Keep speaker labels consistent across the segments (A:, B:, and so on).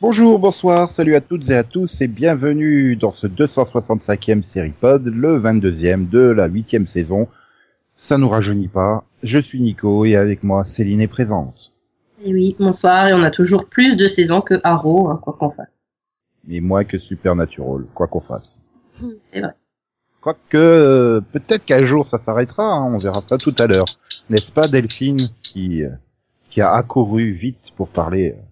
A: Bonjour, bonsoir, salut à toutes et à tous et bienvenue dans ce 265e série pod, le 22e de la 8e saison. Ça nous rajeunit pas, je suis Nico et avec moi Céline est présente.
B: Et Eh oui, bonsoir, et on a toujours plus de saisons que Arrow, hein, quoi qu'on fasse.
A: Et moi que Supernatural, quoi qu'on fasse.
B: C'est vrai.
A: Quoique, euh, peut-être qu'un jour ça s'arrêtera, hein, on verra ça tout à l'heure. N'est-ce pas Delphine qui, euh, qui a accouru vite pour parler euh,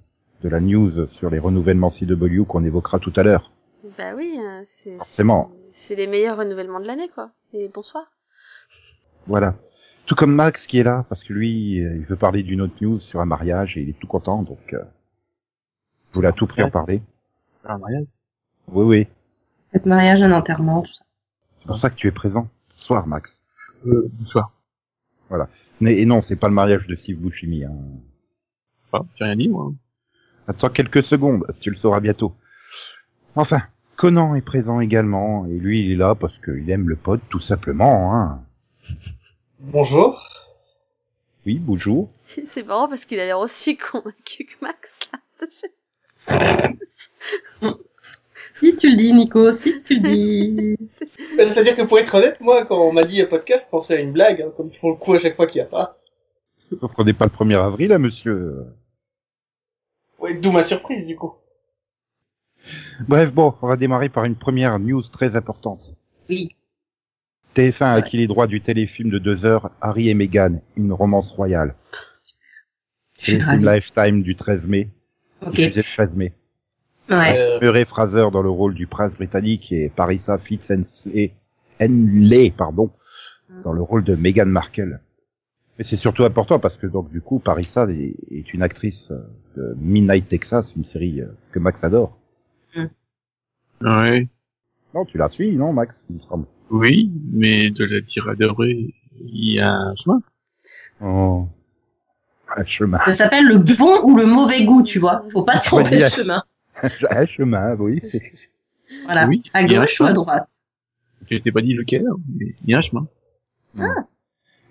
A: de la news sur les renouvellements CW qu'on évoquera tout à l'heure
C: Bah oui, euh, c'est
A: Forcément.
C: c'est- c'est les meilleurs renouvellements de l'année quoi. Et bonsoir.
A: Voilà. Tout comme Max qui est là, parce que lui, euh, il veut parler d'une autre news sur un mariage et il est tout content, donc... Euh, je voulais à tout prix en parler.
D: Un mariage
A: Oui, oui.
B: Faites mariage, un enterrement, tout ça.
A: C'est pour ça que tu es présent. Bonsoir, Max.
D: euh, Bonsoir.
A: Mais- Et non, c'est pas le mariage de Steve Buscemi. Hein.
D: Enfin, Ah, j'ai rien dit moi.
A: Attends quelques secondes, tu le sauras bientôt. Enfin, Conan est présent également, et lui il est là parce qu'il aime le pod tout simplement. Hein.
E: Bonjour.
A: Oui, bonjour.
C: C'est marrant parce qu'il a l'air aussi convaincu que Max là.
B: Si tu le dis, Nico, si tu le dis.
E: Ben, C'est-à-dire que pour être honnête, moi, quand on m'a dit un podcast, je pensais à une blague, hein, comme ils font le coup à chaque fois qu'il n'y a pas.
A: Sauf qu'on n'est pas le 1er avril, là, monsieur.
E: Ouais, D'où ma surprise, du coup.
A: Bref, bon, on va démarrer par une première news très importante.
B: Oui.
A: TF1 a acquis les droits du téléfilm de deux heures, Harry et Meghan, une romance royale.
B: Je suis
A: Téléfilm
B: ravie.
A: Lifetime du 13 mai,
B: Ok.
A: diffusé le 13 mai.
B: Ouais.
E: Euh,
A: Murray Fraser dans le rôle du prince britannique et Parissa Fitzensley, Henley, pardon, dans le rôle de Meghan Markle. Mais c'est surtout important parce que donc du coup Parissa est, est une actrice euh, de Midnight Texas, une série euh, que Max adore.
D: Ouais.
A: Non, tu la suis, non Max, il me semble.
D: Oui, mais de la dire adorer, il y a un chemin.
A: Oh. Un chemin,
B: Ça s'appelle le bon ou le mauvais goût, tu vois. Faut pas se tromper de
A: Relief.
B: chemin.
A: un chemin, oui. c'est-
B: Voilà.
D: Oui,
B: à
D: il y a un
B: gauche ou à
D: chemin.
B: droite
D: Je t'ai pas dit lequel, mais il y a un chemin.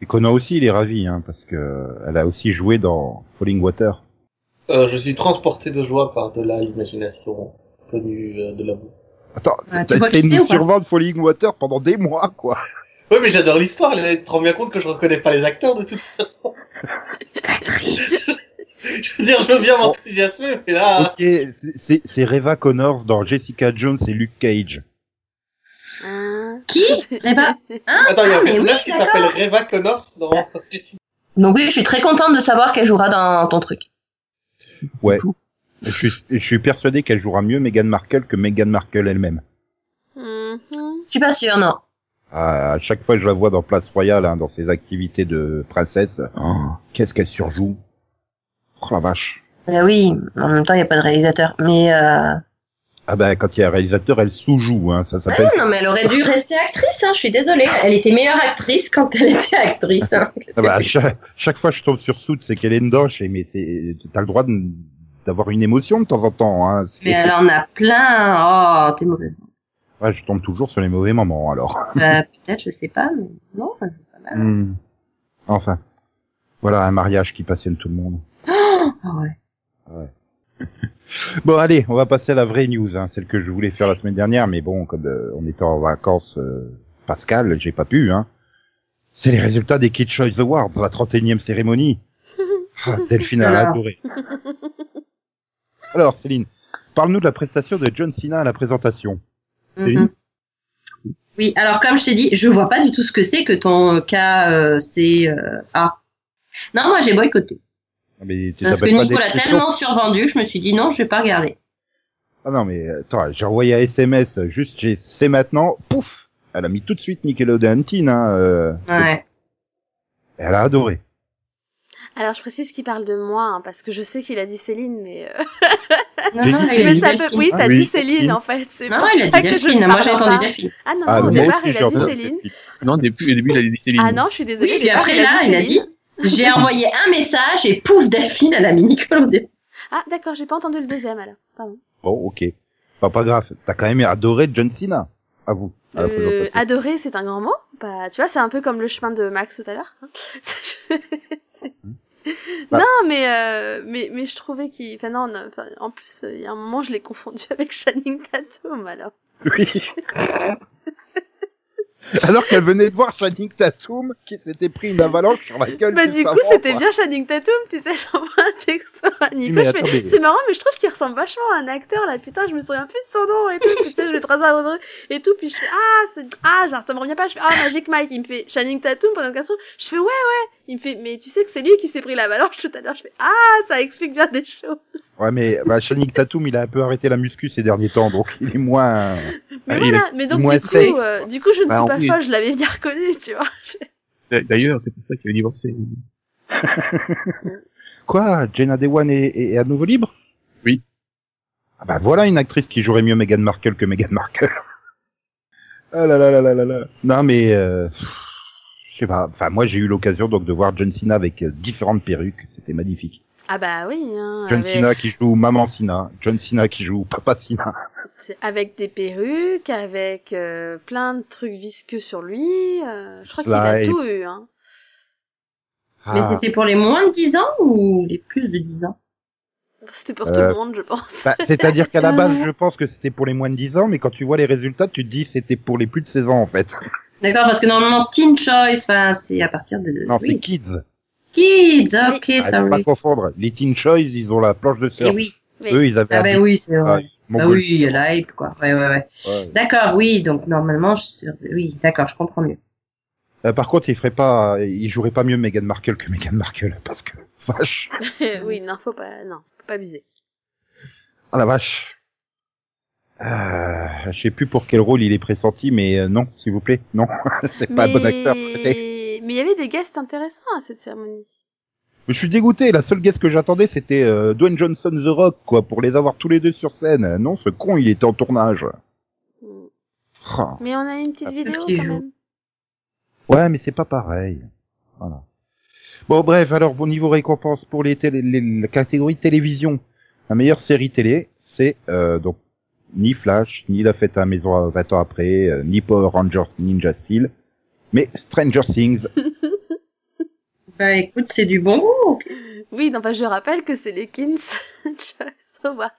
A: Et Conan aussi, il est ravi, hein, parce que euh, elle a aussi joué dans Falling Water.
E: euh, je suis transporté de joie par de la imagination connue euh, de l'amour.
A: Attends,
B: Ah, tu
A: t'as
B: vois
A: été
B: qui c'est
A: nous
B: ou pas
A: survendre Falling Water pendant des mois, quoi.
E: Ouais, mais j'adore l'histoire, là, tu te rends bien compte que je reconnais pas les acteurs de toute façon.
B: Patrice.
E: Je veux dire, je veux bien
B: Oh.
E: m'enthousiasmer, mais là.
B: Ah.
A: Ok, c'est- c'est c'est Reva Connors dans Jessica Jones et Luke Cage. Ah.
C: Hein
B: Qui Reba
E: Attends, il y a un
B: Ah, mais
E: personnage
B: oui,
E: qui
B: d'accord.
E: s'appelle Reva Connors dans Jessica
B: Donc oui, je suis très contente de savoir qu'elle jouera dans ton truc.
A: Ouais.
D: Cool.
A: Je suis, je suis persuadé qu'elle jouera mieux Meghan Markle que Meghan Markle elle-même.
C: Mhm.
B: Je suis pas sûre, non.
A: À, à chaque fois que je la vois dans Place Royale, hein, dans ses activités de princesse, oh, qu'est-ce qu'elle surjoue Oh la vache
B: Bah oui, en même temps, il n'y a pas de réalisateur. Mais euh...
A: Ah ben, quand il y a un réalisateur, elle sous-joue, hein, ça s'appelle...
B: non, mais elle aurait dû rester actrice, hein, je suis désolée. Elle était meilleure actrice quand elle était actrice. hein.
A: Ah bah, à chaque, chaque fois que je tombe sur Soot, c'est qu'elle est dedans, je fais, mais c'est- t'as le droit de- d'avoir une émotion de temps en temps, hein. c'est-
B: Mais elle en a plein. Oh, t'es mauvaise.
A: Ouais, je tombe toujours sur les mauvais moments, alors.
B: Bah, Peut-être, je sais pas, mais non, elle joue pas mal.
A: Hmm. Enfin. Voilà un mariage qui passionne tout le monde.
B: Ah ouais.
A: Bon, allez, on va passer à la vraie news, hein, celle que je voulais faire la semaine dernière, mais bon, comme euh, on était en vacances euh, Pascal, j'ai pas pu. Hein. C'est les résultats des Kids Choice Awards, la 31e cérémonie. Ah, Delphine a
B: Alors.
A: adoré. Alors, Céline, parle-nous de la prestation de John Cena à la présentation.
D: Oui.
B: Mhm. Oui, alors comme je t'ai dit, je vois pas du tout ce que c'est que ton cas c'est euh, A. Non, moi j'ai boycotté.
A: Ah, Mais tu
B: Parce que
A: t'appelles pas
B: Nico l'a
A: Delphine
B: tellement survendu, je me suis dit non, je vais pas regarder.
A: Ah non, mais attends, j'ai envoyé un SMS, juste j'ai c'est maintenant, pouf Elle a mis tout de suite Nickelodeon Teen, hein, euh,
B: Ouais.
A: elle a adoré.
C: Alors je précise qu'il parle de moi hein, parce que je sais qu'il a dit Céline mais. euh,
B: Non,
A: J'ai
B: non,
A: dit
B: elle a
C: mais
B: dit
C: ça
B: Delphine.
C: peut- Oui
A: Ah
C: t'as
A: oui,
C: dit Céline
A: Delphine.
C: en fait. C'est
B: Non,
C: pour
B: elle a
C: ça
B: dit
C: que je
B: Delphine.
C: ne
B: Moi j'ai
C: parle
B: entendu
C: pas.
B: Delphine.
C: Ah non,
A: ah,
C: au
A: moi
C: départ
A: aussi,
C: il
A: j'ai
C: a dit
A: entendu
C: Céline.
A: Delphine.
D: Non, depuis au début, il a dit Céline.
C: Ah non je suis désolée.
B: Oui,
C: au
B: puis
C: départ,
B: après, là, il a dit-
C: Céline.
B: J'ai envoyé un message et pouf, Delphine, elle a mis Nickelodeon.
C: Ah d'accord j'ai pas entendu
A: Oh,
C: le deuxième alors. Pardon.
A: Bon, ok. Bah, pas grave, t'as quand même adoré John Cena, à vous. à la
C: Euh,
A: présentation.
C: adorer, c'est un grand mot. Bah, tu vois, c'est un peu comme le chemin de Max tout à l'heure. hein. C'est-
A: Bah.
C: Non, mais, euh, mais mais je trouvais qu'il. Enfin non, non, enfin, en plus, euh, il y a un moment, je l'ai confondu avec Channing Tatum alors.
A: Oui. Alors qu'elle venait de voir Channing Tatum qui s'était pris une avalanche sur la gueule.
C: Bah
A: juste
C: du coup,
A: avant,
C: c'était
A: quoi.
C: bien Channing Tatum, tu sais, j'envoie un texto à Nico.
A: mais
C: je fais,
A: attendez.
C: C'est marrant, mais je trouve qu'il ressemble vachement à un acteur là. Putain, je me souviens plus de son nom et tout. Puis, tu sais, je vais tracer un autre et tout. Puis je fais ah, c'est... ah, genre ça me revient pas. Je fais ah, Magic Mike. Il me fait Channing Tatum pendant question. Je fais ouais, ouais. Il me fait mais tu sais que c'est lui qui s'est pris la balance tout à l'heure. Je fais ah, ça explique bien des choses.
A: Ouais, mais bah, Channing Tatum, il a un peu arrêté la muscu ces derniers temps, donc il est moins.
C: Mais
D: Ah, il
C: voilà.
D: a-
C: Mais donc
A: moins
C: du
A: sec.
C: coup, euh, du coup, je ne
A: Bah,
C: suis
A: en
C: pas
D: plus.
C: folle. Je l'avais bien reconnu, tu vois.
D: D'ailleurs, c'est pour ça qu'il a divorcé.
A: Quoi Jenna Dewan est, est- est à nouveau libre
D: Oui.
A: Ah bah voilà une actrice qui jouerait mieux Meghan Markle que Meghan Markle. ah là là là là là là. Non mais euh, pff, je sais pas. Enfin moi j'ai eu l'occasion donc de voir John Cena avec euh, différentes perruques, c'était magnifique.
C: Ah bah oui. Hein,
A: John
C: avec...
A: Cena qui joue Maman Cena, John Cena qui joue Papa Cena.
C: c'est- avec des perruques, avec euh, plein de trucs visqueux sur lui. euh, je crois qu'il a
A: Slide.
C: tout eu. Hein.
B: Mais
A: Ah,
B: c'était pour les moins de 10 ans ou les plus de 10 ans
C: C'était pour
A: Euh,
C: tout le monde, je pense.
A: bah, C'est-à-dire qu'à la base, je pense que c'était pour les moins de 10 ans, mais quand tu vois les résultats, tu te dis c'était pour les plus de 16 ans en fait.
B: D'accord, parce que normalement, Teen Choice, enfin, c'est à partir de...
A: Non,
B: oui,
A: c'est kids.
B: c'est Kids, ok,
A: Ah, faut pas
B: sorry.
A: confondre. Les Teen Choice, ils ont la planche de
B: Et
A: surf.
B: oui,
C: Oui.
A: Eux, ils avaient
B: ah
A: un
B: ben oui, c'est
A: Ah,
B: vrai. Ah
A: Mongol.
B: oui, il y a la hype, quoi. Ouais, ouais, ouais.
A: Ouais.
B: D'accord, oui, donc normalement, je suis... oui, d'accord, je comprends mieux.
A: Euh, par contre, il ferait pas, il jouerait pas mieux Meghan Markle que Meghan Markle, parce que vache,
C: oui, non, faut pas, non, faut pas abuser.
A: ah la vache. Euh, je sais plus pour quel rôle il est pressenti, mais euh, non, s'il vous plaît, non, c'est pas un bon acteur. prêté.
C: Mais il y avait des guests intéressants à cette cérémonie.
A: Je suis dégoûté. La seule guest que j'attendais, c'était euh, Dwayne Johnson, The Rock, quoi, pour les avoir tous les deux sur scène. Non, ce con, il était en tournage.
C: Mm.
A: Ah.
C: Mais on a une petite
A: Ah,
C: vidéo
B: peut-être
C: quand
B: qu'il joue.
C: même.
A: Ouais, mais c'est pas pareil. Voilà. Bon, bref, alors, bon niveau récompense pour les, télé- les- la catégorie télévision, la meilleure série télé, c'est euh, donc ni Flash, ni La Fête à la Maison à 20 ans après, euh, ni Power Rangers Ninja Steel, mais Stranger Things.
B: Bah écoute, c'est du bon goût.
C: Oui, non, bah, je rappelle que c'est les Kins. Joyce Howard.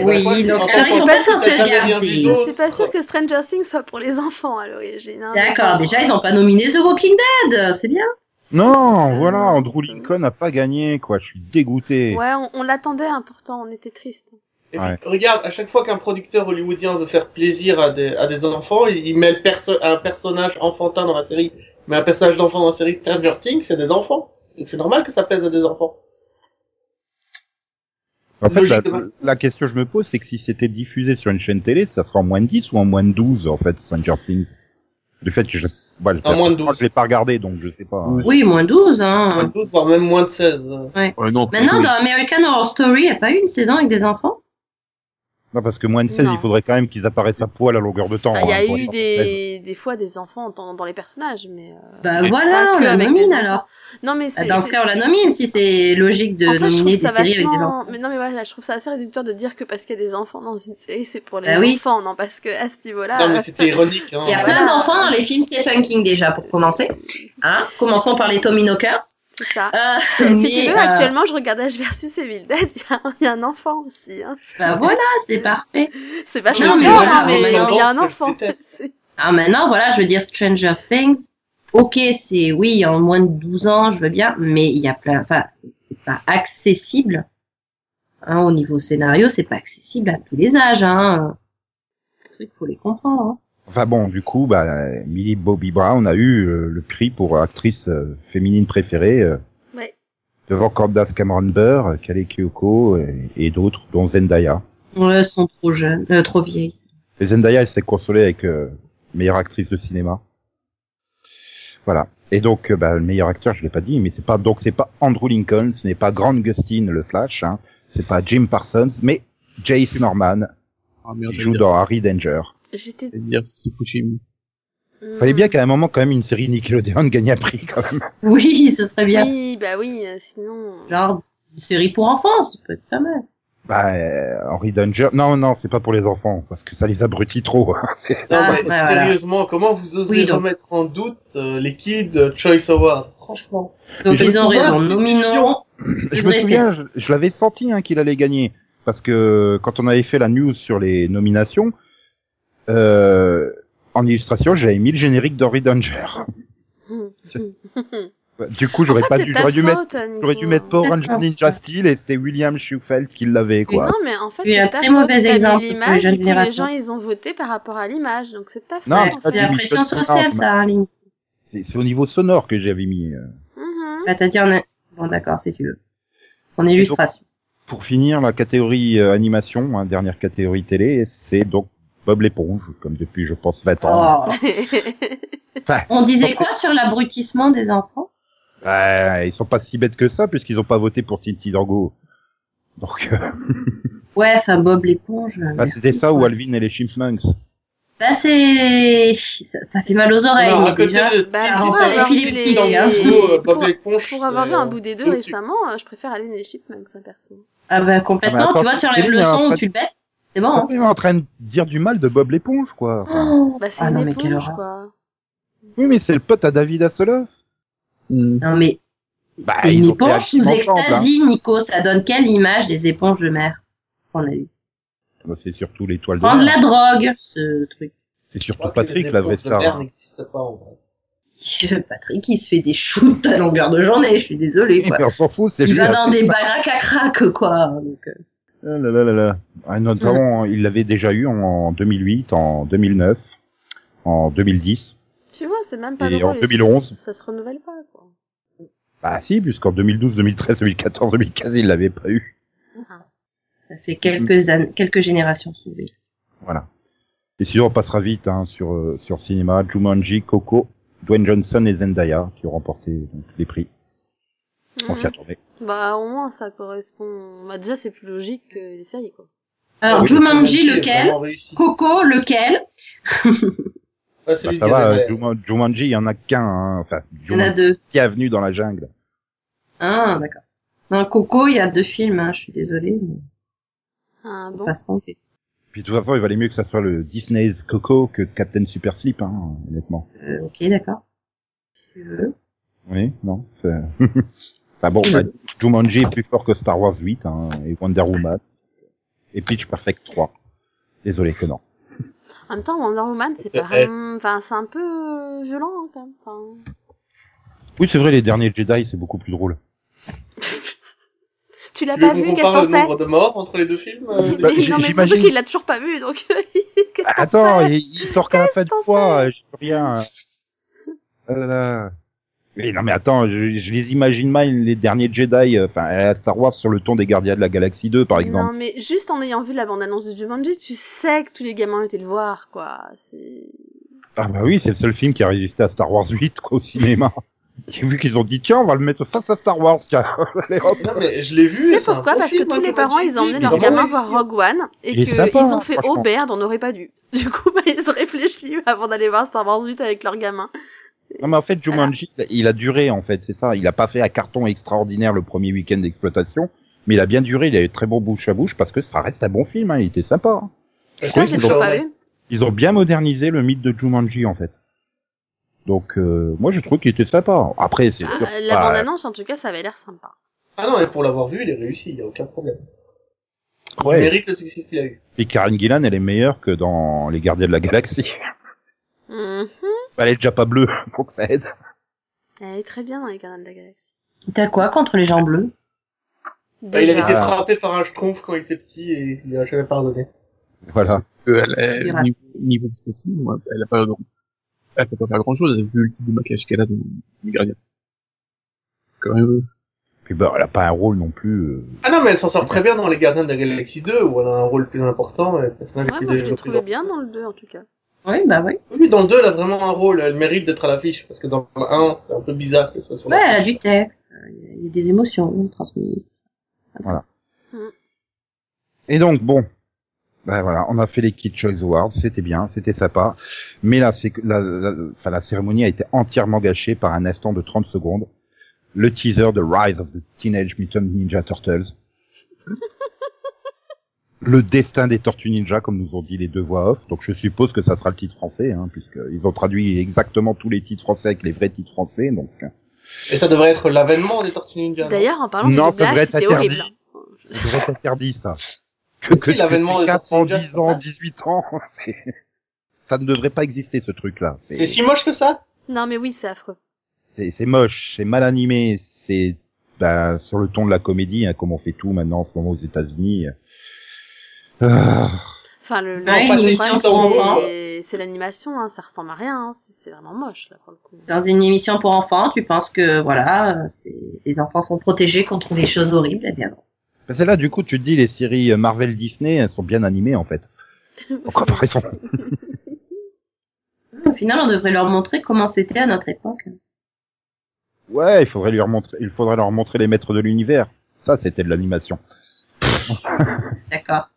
B: Oui,
E: Ouais,
B: donc
E: c'est
B: alors, ils sont pas
C: important,
B: censés
C: c'est
E: la dernière
B: regarder.
E: vidéo.
C: Je suis pas sûre que Stranger Things soit pour les enfants à l'origine. hein.
B: D'accord, déjà, ils ont pas nominé The Walking Dead, c'est bien.
A: Non, voilà, Andrew Lincoln n'a pas gagné, quoi. Je suis dégoûté.
C: Ouais, on, on l'attendait, hein, pourtant, on était triste.
E: Et
A: Ouais.
E: puis, regarde, à chaque fois qu'un producteur hollywoodien veut faire plaisir à des, à des enfants, il, il met le perso- un personnage enfantin dans la série. Mais un personnage d'enfant dans la série Stranger Things, c'est des enfants. Donc c'est normal que ça plaise à des enfants.
A: En fait, la,
E: logiquement.
A: la question que je me pose, c'est que si c'était diffusé sur une chaîne télé, ça serait en moins de 10 ou en moins de 12, en fait, Stranger Things. Du fait, que je, ouais,
E: En moins de
A: Moi,
E: 12.
A: je l'ai pas regardé, donc je sais pas. hein.
B: Oui, moins 12,
E: Moins de
B: hein.
E: 12, voire même moins de Euh, 16.
D: Ouais, non,
B: Maintenant,
D: plutôt,
B: dans American Horror Story, il a pas eu une saison avec des enfants
A: Non, parce que moins de 16,
C: Non.
A: il faudrait quand même qu'ils apparaissent à poil à longueur de temps.
C: Enfin, Bah,
A: hein,
C: Il y
A: pour
C: a eu
A: être en française.
C: des, des fois des enfants dans, dans les personnages, mais. euh,
B: Bah
D: Et
B: voilà,
C: pas
B: on
C: que
B: la
C: avec
B: nomine
C: des enfants.
B: alors.
C: Non, mais c'est.
B: Ah, Dans ce
C: c'est-
B: cas, on la nomine si c'est logique de
C: En fait, je
B: nominer des
C: trouve ça
B: séries avec des
C: vachement-
B: enfants.
C: Mais non, mais voilà, je trouve ça assez réducteur de dire que parce qu'il y a des enfants dans une série, c'est pour les
B: Bah oui.
C: enfants, non, parce que à ce niveau-là.
B: Ah,
E: Non, mais
C: euh,
E: c'était ironique. Hein.
B: Il y a
C: Voilà.
B: plein d'enfants dans les films Stephen King déjà pour commencer. Hein Commençons par les Tommy Knockers.
C: c'est ça.
B: Euh,
C: si
B: mais,
C: tu
B: euh,
C: veux, actuellement, je regarde H versus Evil Dead, il y a un- il y, a un enfant aussi. Hein.
B: Bah voilà, c'est parfait.
C: C'est pas
B: Non, mais
C: choquant,
B: voilà,
C: hein, mais
B: c'est
C: il y a un
E: tendance que je
C: enfant.
E: déteste.
C: C'est-
B: Ah maintenant, voilà, je veux dire Stranger Things. Ok, c'est oui, en moins de 12 ans, je veux bien, mais il y a plein, enfin, c'est- c'est pas accessible. Hein, au niveau scénario, c'est pas accessible à tous les âges. Hein. Les trucs, faut les comprendre. hein.
A: Enfin bon, du coup, bah, Millie Bobby Brown a eu euh, le prix pour actrice euh, féminine préférée euh,
C: Ouais.
A: devant Candace Cameron Burr, euh, Kaley Kyoko et, et d'autres, dont Zendaya.
B: Ouais, elles sont trop jeunes, euh, trop vieilles.
A: Et Zendaya, elle s'est consolée avec euh, meilleure actrice de cinéma. Voilà. Et donc, euh, bah, le meilleur acteur, je l'ai pas dit, mais c'est pas donc c'est pas Andrew Lincoln, ce n'est pas Grant Gustin, le Flash, hein, c'est pas Jim Parsons, mais Jace Norman
D: Ah, merde,
A: qui joue dans Harry Danger.
C: J'étais. hmm,
D: C'est-à-dire Fukushima.
A: Fallait bien qu'à un moment, quand même, une série Nickelodeon gagne un prix, quand même.
B: Oui, ce serait bien.
C: Oui, bah oui, euh, sinon.
B: Genre une série pour enfants, ça peut être pas mal.
A: Bah, euh, Henry Danger. Non, non, c'est pas pour les enfants, parce que ça les abrutit trop. C'est-
E: Non,
B: Ah,
E: mais
B: ouais, voilà.
E: sérieusement, comment vous osez
B: Oui, donc-
E: remettre en doute euh, les Kids Choice Awards Franchement.
B: Donc
A: je
B: ils ont
E: trouve
B: raison.
E: la
B: Nominons. euh,
A: je me
B: Mais c'est-
A: souviens, je, je l'avais senti hein, qu'il allait gagner, parce que quand on avait fait la news sur les nominations, euh, en illustration, j'avais mis le générique d'Henry Danger. Du coup, j'aurais
C: En fait,
A: pas
C: c'est
A: dû,
C: ta
A: j'aurais dû mettre,
C: faute, Nico.
A: j'aurais dû mettre Power Rangers
B: Ah,
A: Ninja Steel et c'était William Schufeld qui l'avait,
C: Mais
A: quoi.
C: Non, mais en fait,
B: Tu es
C: c'est
B: un
C: ta
B: très
C: faute.
B: mauvais
C: T'as mis
B: exemple pour
C: l'image,
B: les jeunes
C: du coup, les
B: générations.
C: gens, ils ont voté par rapport à l'image, donc c'est ta faute.
A: Non, mais
B: Ouais,
C: en
A: ça,
B: c'est
A: tu
C: fait.
B: la
A: dis
B: pression
A: peut-être-
B: sociale,
A: Ah,
B: ça, Arline.
A: C'est c'est au niveau sonore que j'avais mis. euh.
C: Mhm.
B: Bah, t'as dit, on est... Bon, d'accord, si tu veux. En illustration.
A: Pour finir, la catégorie euh, animation, hein, dernière catégorie télé, c'est donc Bob l'éponge, comme depuis, je pense, 20 ans.
B: Oh. On disait quoi sur l'abrutissement des enfants
A: Ouais, ils sont pas si bêtes que ça, puisqu'ils ont pas voté pour Tinty Dango. Donc, euh,
B: Ouais, enfin, Bob l'éponge. euh,
A: bah,
B: merci,
A: c'était ça ou
B: quoi.
A: Alvin et les Chipmunks.
B: Bah, c'est... Ça, ça fait mal aux oreilles,
E: Alors, à
B: mais
E: côté
B: déjà...
E: de
C: Bah,
E: Kids
B: Ah, alors,
E: Choice
B: ouais,
E: Awards,
B: Philippe,
E: Kids
B: il est-
E: Dango, euh, Bob
C: pour-
E: l'éponge,
C: Pour avoir
E: euh,
C: vu un bout des deux
E: c'est au-dessus.
C: récemment, euh, je préfère Alvin et les Chipmunks, hein, perso.
B: Ah bah, complètement,
A: Ah bah, attends,
B: tu vois, tu
A: tu
B: enlèves
A: dis,
B: le
A: hein,
B: son ou
A: après-
B: tu le baisses, c'est bon, hein
A: On est en train de dire du mal de Bob l'éponge, quoi. Enfin,
C: Bah, c'est
B: Ah
C: une
B: non, mais quelle
C: éponge,
B: horreur.
C: quoi.
A: Oui, mais c'est le pote à David Hasselhoff.
B: Non, mais
A: Bah,
B: une
A: ils ont fait un
B: éponge
A: petit
B: sous
A: ensemble, hein.
B: extasie, Nico, ça donne quelle image des éponges de mer qu'on a eues
A: Bah, C'est surtout l'étoile de
B: Prendre
A: mer.
B: la drogue, ce truc.
A: C'est
E: Je
A: surtout
E: crois que
A: Patrick,
E: les
A: la
E: réponses de
A: Vestar.
E: merde n'existent pas, en vrai.
B: Patrick, il se fait des shoots à longueur de journée, je suis désolée, quoi.
A: on s'en fout, c'est
B: Il
A: lui.
B: va dans des baraques à crack, quoi. Donc, euh,
A: Ah là là là là. Ah, notamment, il l'avait déjà eu en, en 2008, en 2009, en 2010.
C: Tu vois, c'est même pas
A: Et
C: drôle.
A: en
C: et
A: 2011.
C: Ça, ça se renouvelle pas, quoi.
A: Bah si, puisqu'en 2012, 2013, 2014, 2015, il l'avait pas eu.
B: ça fait quelques, an- quelques générations sauvées.
A: Voilà. Et sinon, on passera vite hein, sur euh, sur cinéma, Jumanji, Coco, Dwayne Johnson et Zendaya qui ont remporté donc, les prix. On s'y
C: Mhm.
A: attendait.
C: Bah, au moins, ça correspond. Bah, déjà, c'est plus logique que les séries, quoi.
B: Alors,
A: Ah oui,
B: Jumanji,
E: Jumanji est
B: lequel
E: vraiment réussi.
B: Coco, lequel
E: Ouais,
A: Bah,
E: celui
A: ça
E: qui
A: va,
E: avait-
A: euh, Juma- Jumanji, il y en a qu'un. Hein. Enfin,
B: Il y en a
A: Jumanji
B: deux.
A: est venu dans la jungle.
B: Ah, d'accord. Non, Coco, il y a deux films, hein, je suis désolée. Mais...
C: Ah,
B: de
C: bon.
B: toute façon, c'est-
A: Puis de toute façon, il valait mieux que ça soit le Disney's Coco que Captain Super Sleep, hein, honnêtement.
B: euh, ok, d'accord. Tu veux
A: Oui, non. c'est- bah bon, bah, Jumanji est plus fort que Star Wars 8 hein, et Wonder Woman et Pitch Perfect 3. Désolé que non.
C: En même temps, Wonder Woman, c'est
A: Eh,
E: Euh,
C: pas.
E: euh.
C: vraiment- Enfin, c'est un peu euh, violent, hein, quand même. Enfin,
A: Oui, c'est vrai, les derniers Jedi, c'est beaucoup plus drôle.
C: Tu l'as
E: Tu veux
C: pas
E: qu'on
C: vu, qu'est-ce
E: compare
C: qu'on
E: le
C: sait
E: nombre de morts entre les deux films euh,
A: Bah,
C: Mais
A: j-
C: non, mais surtout
A: j'imagine-
C: qu'il l'a toujours pas vu, donc. qu'est-ce qu'on
A: Ah, Attends,
C: sait
A: il, il sort qu'à la fin de
C: t'en
A: fois, je peux rien. Ah là là. Mais non mais attends, je, je les imagine mal les derniers Jedi, euh, enfin à Star Wars sur le ton des Gardiens de la Galaxie 2 par exemple.
C: Non, mais juste en ayant vu la bande-annonce de Jumanji, tu sais que tous les gamins étaient le voir, quoi. C'est...
A: Ah bah oui, c'est le seul film qui a résisté à Star Wars 8 quoi au cinéma. J'ai vu qu'ils ont dit tiens on va le mettre face à Star Wars tiens. Allez, hop.
E: Non, mais je l'ai vu.
C: Tu sais
E: c'est un
C: pourquoi
E: bon
C: Parce que
E: film, hein,
C: tous les
E: Jumanji.
C: parents, ils ont emmené
E: Il est
C: leurs
E: vraiment
C: gamins
E: réussi.
C: voir Rogue One et
A: Il est
C: qu'ils
A: sympa,
C: ont
A: hein,
C: fait
A: franchement.
C: Aubert, on n'aurait pas dû. Du coup, bah, ils ont réfléchi avant d'aller voir Star Wars 8 avec leurs gamins.
A: Non mais en fait Jumanji il a duré en fait c'est ça, il a pas fait un carton extraordinaire le premier week-end d'exploitation, mais il a bien duré, il a eu très bon bouche à bouche parce que ça reste un bon film, hein, il était sympa. hein.
E: Et
C: Ça,
E: oui,
C: je
A: ils
C: l'ai
A: ont-
C: toujours pas
E: ouais.
C: vu.
A: Ils ont bien modernisé le mythe de Jumanji en fait. Donc euh, moi je trouve qu'il était sympa. Après c'est
C: Ah,
A: sûr.
C: euh, la
A: pas-
C: bande-annonce, en tout cas, ça avait l'air sympa.
E: Ah non, mais pour l'avoir vu, il est réussi, il y a aucun problème. Il
A: ouais.
E: mérite le succès qu'il a eu.
A: Et Karen Gillan elle est meilleure que dans Les Gardiens de la Galaxie.
E: Hmm.
C: Mhm.
A: elle est déjà pas bleue donc ça aide.
C: Elle est très bien dans les canaux de la galaxie.
B: T'as quoi contre les gens bleus
E: Bah, il avait été
C: Déjà.
A: Ah.
E: frappé par un schtroumpf quand il était petit et il a jamais pardonné.
A: Voilà.
D: Euh, elle,
B: Cuirasse.
D: a niveau, niveau expression, moi, elle a pas, elle peut pas faire grand chose, vu le type de maquillage qu'elle a dans les gardiens. Quand même,
A: Puis bah elle a pas un rôle non plus. euh,
E: Ah non, mais elle s'en sort très bien dans Les Gardiens de la Galaxie 2, où elle a un rôle plus important. Et le personnage
C: Ouais,
E: était
C: moi, je
E: déjà
C: l'ai
E: pris
C: trouvé
E: dans-
C: bien dans le 2, en tout cas.
B: Oui, bah oui.
E: Oui, dans le 2, elle a vraiment un rôle, elle mérite d'être à l'affiche, parce que dans le 1, c'est un peu bizarre que ce soit sur
B: Ouais, elle a
E: l'affiche.
B: du texte, euh, il y a des émotions transmises.
A: Et donc bon, ben voilà, on a fait les Kids Choice Awards, c'était bien, c'était sympa, mais la, sé- la, la, enfin, la cérémonie a été entièrement gâchée par un instant de 30 secondes, le teaser de Rise of the Teenage Mutant Ninja Turtles. Le destin des Tortues Ninja, comme nous ont dit les deux voix off. Donc je suppose que ça sera le titre français, hein, puisqu'ils ont traduit exactement tous les titres français avec les vrais titres français. Donc
E: Et ça devrait être l'avènement des Tortues Ninja. non
C: D'ailleurs, en parlant
A: Non,
C: de
A: ça devrait
C: doublage,
A: être
C: c'était
A: interdit.
C: horrible.
A: ça devrait être interdit, ça. Que, que,
E: Si, l'avènement des
A: 4
E: Tortues
A: ans,
E: Ninja, c'est
A: 10 ans, 18 ans, c'est- ça ne devrait pas exister ce truc-là.
E: C'est si moche que ça
C: Non, mais oui, c'est affreux.
A: c'est c'est moche, c'est mal animé, c'est ben, sur le ton de la comédie, hein, comme on fait tout maintenant en ce moment aux États-Unis. euh. Ah,
C: Enfin, le, le
B: Ouais,
C: le
B: une
C: problème,
E: émission
C: c'est-
E: pour enfants.
C: c'est l'animation, hein, ça ressemble à rien, hein, c'est c'est vraiment moche, là, pour le coup.
A: Ah,
B: Dans une émission pour enfants, tu penses que voilà, euh, c'est- les enfants sont protégés contre des choses horribles, eh bien non.
A: ben, c'est là du coup tu te dis les séries euh, Marvel Disney, elles sont bien animées en fait. En comparaison.
B: Au final, on devrait leur montrer comment c'était à notre époque.
A: Ouais, il faudrait leur montrer, il faudrait leur montrer les maîtres de l'univers. Ça c'était de l'animation.
B: D'accord.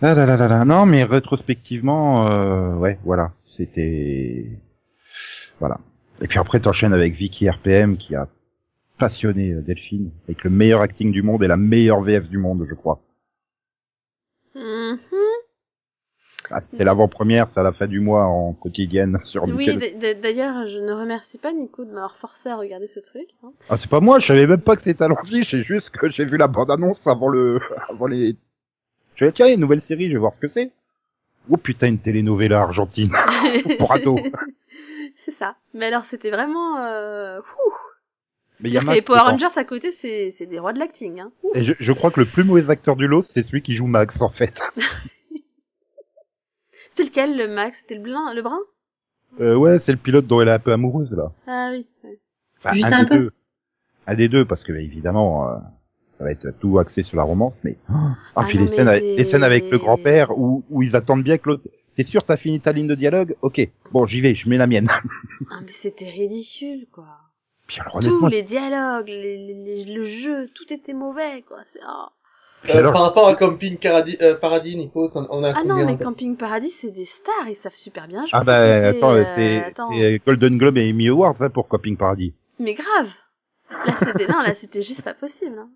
A: Là, là, là, là, là. Non, mais rétrospectivement, euh, ouais, voilà, c'était, voilà. Et puis après, t'enchaînes avec Vicky RPM qui a passionné euh, Delphine avec le meilleur acting du monde et la meilleure VF du monde, je crois.
C: Mhm.
A: Ah, c'était l'avant-première, c'est à la fin du mois en quotidienne sur
C: Oui,
A: Nickel.
C: d- d- d'ailleurs, je ne remercie pas Nico de m'avoir forcé à regarder ce truc. hein.
A: Ah, c'est pas moi, je savais même pas que c'était à l'affiche, c'est juste que j'ai vu la bande-annonce avant le, avant les. Je vais tiens, il y a une nouvelle série, je vais voir ce que c'est. Oh putain, une telenovela argentine pour ados.
C: c'est ça. Mais alors, c'était vraiment... Euh... ouh.
A: Mais
C: C'est-à-dire que
A: Yamaha,
C: les
A: tu
C: Power
A: peux pas.
C: Rangers à côté, c'est c'est des rois de l'acting. Hein.
A: Et je, je crois que le plus mauvais acteur du lot, c'est celui qui joue Max, en fait.
C: C'était lequel, le Max C'était le, blin- le brun
A: Euh, ouais, c'est le pilote dont elle est un peu amoureuse, là.
C: Ah oui. ouais.
A: Enfin,
B: Juste un
A: des
B: peu.
A: deux. Un des deux, parce que, évidemment, euh, ça va être tout axé sur la romance, mais... Ah, puis
C: non,
A: les,
C: mais
A: scènes avec,
C: c'est-
A: les scènes avec le grand-père, où, où ils attendent bien que l'autre... T'es sûr, t'as fini ta ligne de dialogue Ok, bon, j'y vais, je mets la mienne.
C: Ah, mais c'était ridicule, quoi.
A: Puis alors,
C: Tous
A: honnêtement,
C: les dialogues, les, les- les- le jeu, tout était mauvais, quoi. C'est- ah.
A: puis
E: Euh,
A: alors,
E: Par rapport à Camping Caradi- euh, Paradis, Nico, on, on a
C: Ah non,
E: combien
C: mais
E: de-
C: Camping Paradis, c'est des stars, ils savent super bien jouer.
A: Ah bah,
C: C'était,
A: attends,
C: euh,
A: c'est
C: attends.
A: c'est Golden Globe et Emmy Awards, hein, pour Coping Paradis.
C: Mais grave Là, c'était... non, là, c'était juste pas possible. Hein.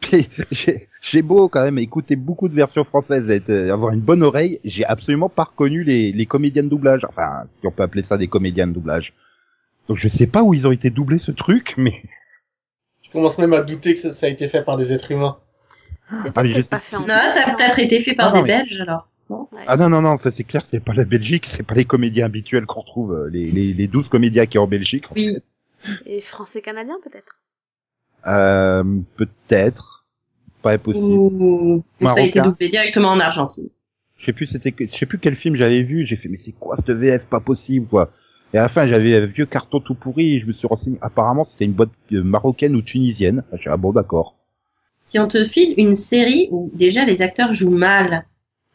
A: Puis, j'ai j'ai beau quand même écouter beaucoup de versions françaises, être, euh, avoir une bonne oreille, j'ai absolument pas reconnu les, les comédiens de doublage. Enfin, si on peut appeler ça des comédiens de doublage. Donc je sais pas où ils ont été doublés ce truc, mais
E: Je commence même à douter que ça, ça a été fait par des êtres humains.
C: C'était
A: Ah, mais je
C: peut-être
A: sais-
C: pas fait en
B: Non, ça a
C: France,
B: peut-être été fait par
A: Ah non,
B: des
A: mais-
B: Belges alors.
C: hein.
A: ah non non non, ça c'est clair, c'est pas la Belgique, c'est pas les comédiens habituels qu'on retrouve, euh, les les les douze comédiens qui sont en Belgique. en
B: Oui.
A: fait.
C: Et français-canadien, peut-être
A: Euh, peut-être, pas impossible.
B: Ou ou ça a été
A: Marocain.
B: doublé directement en Argentine.
A: je sais plus c'était que- je sais plus quel film j'avais vu j'ai fait mais c'est quoi cette VF pas possible quoi et à la fin j'avais un vieux carton tout pourri et je me suis renseigné apparemment c'était une boîte euh, marocaine ou tunisienne Enfin, je suis ah bon d'accord
B: Si on te file une série où déjà les acteurs jouent mal,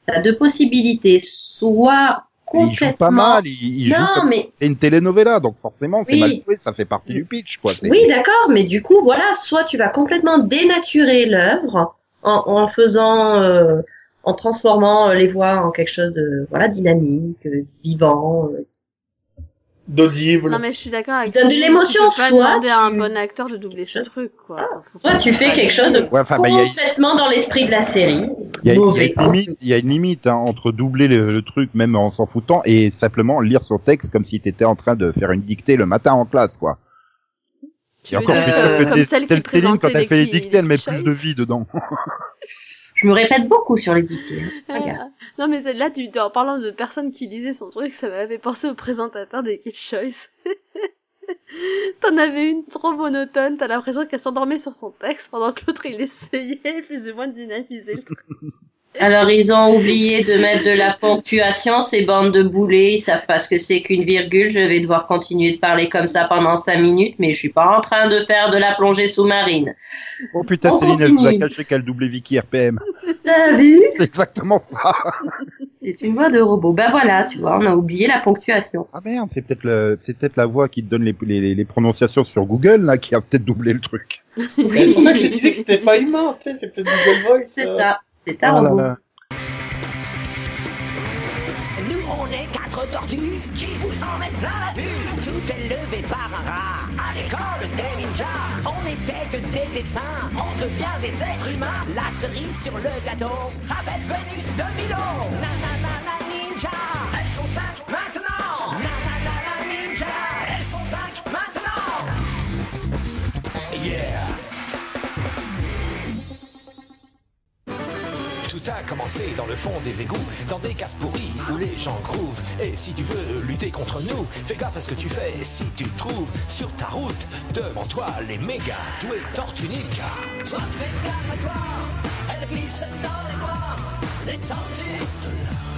B: t'as deux possibilités. Soit
A: Et ils
B: complètement.
A: jouent pas mal ils, ils jouent
B: non,
A: comme-
B: mais
A: c'est une telenovela donc forcément c'est
B: Oui.
A: mal joué ça fait partie du pitch quoi c'est-
B: oui, d'accord, mais du coup, voilà, soit tu vas complètement dénaturer l'œuvre en, en faisant, euh, en transformant euh, les voix en quelque chose de, voilà, dynamique, euh, vivant. euh.
E: D'audible.
C: Non, mais je suis d'accord avec
B: donne de
C: Sylvie,
B: l'émotion,
C: Tu peux pas
B: soit
C: demander à un
B: tu-
C: bon acteur de doubler ce truc, quoi. Faut
B: Soit
C: pas-
B: tu
C: faut
B: fais
C: pas
B: quelque chose de
A: Ouais, enfin, bah, il y a-
B: complètement dans l'esprit de la série.
A: il y a, il y a
B: Mauvais.
A: une limite, il y a une limite hein, entre doubler le, le truc même en s'en foutant et simplement lire son texte comme si t'étais en train de faire une dictée le matin en classe quoi.
C: Tu
A: Et
C: veux
A: encore, je
C: dire,
A: suis
C: euh,
A: sûr que
C: comme
A: des-
C: celle qui
A: celle Céline, quand
C: présentait
A: elle fait les
C: les
A: dictées, elle met
C: clichés.
A: plus de vie dedans.
B: Je me répète beaucoup sur les dictées. hein. Pas grave.
C: Ah, non mais là tu en parlant de personnes qui lisaient son truc ça m'avait pensé au présentateur des Kill Choice. T'en avais une trop monotone, t'as l'impression qu'elle s'endormait sur son texte pendant que l'autre il essayait plus ou moins de dynamiser le truc.
B: Alors ils ont oublié de mettre de la ponctuation, ces bandes de boulets, ils savent pas ce que c'est qu'une virgule, je vais devoir continuer de parler comme ça pendant cinq minutes, mais je suis pas en train de faire de la plongée sous-marine.
A: Oh putain,
B: On
A: Céline, elle nous a
B: continue.
A: caché qu'elle doublait Vicky RPM.
B: T'as vu
A: C'est exactement ça.
B: C'est une voix de robot. Ben voilà, tu vois, on a oublié la ponctuation.
A: Ah merde, c'est peut-être le, c'est peut-être la voix qui te donne les, les, les prononciations sur Google là, qui a peut-être doublé le truc.
E: Mais C'est pour ça que je disais que c'était pas humain, tu sais, c'est peut-être Google Voice.
B: C'est
E: euh.
B: ça, c'est un
A: Oh là
B: robot.
A: là.
F: Nous, on est quatre tortues qui vous en mettent plein la vue. Tout est levé par un rat. l'école des ninjas. On était que des dessins, on devient des êtres humains. La cerise sur le gâteau s'appelle Vénus de Milo. Na na na na ninja, elles sont cinq maintenant. Na na na na ninja, elles sont cinq maintenant. Yeah.
G: Tout a commencé dans le fond des égouts, dans des caves pourries où les gens grouvent. Et si tu veux lutter contre nous, fais gaffe à ce que tu fais si tu trouves sur ta route devant toi les méga doués tortues ninja.
F: Toi, fais gaffe à toi, elle glisse dans les bois, les tortues,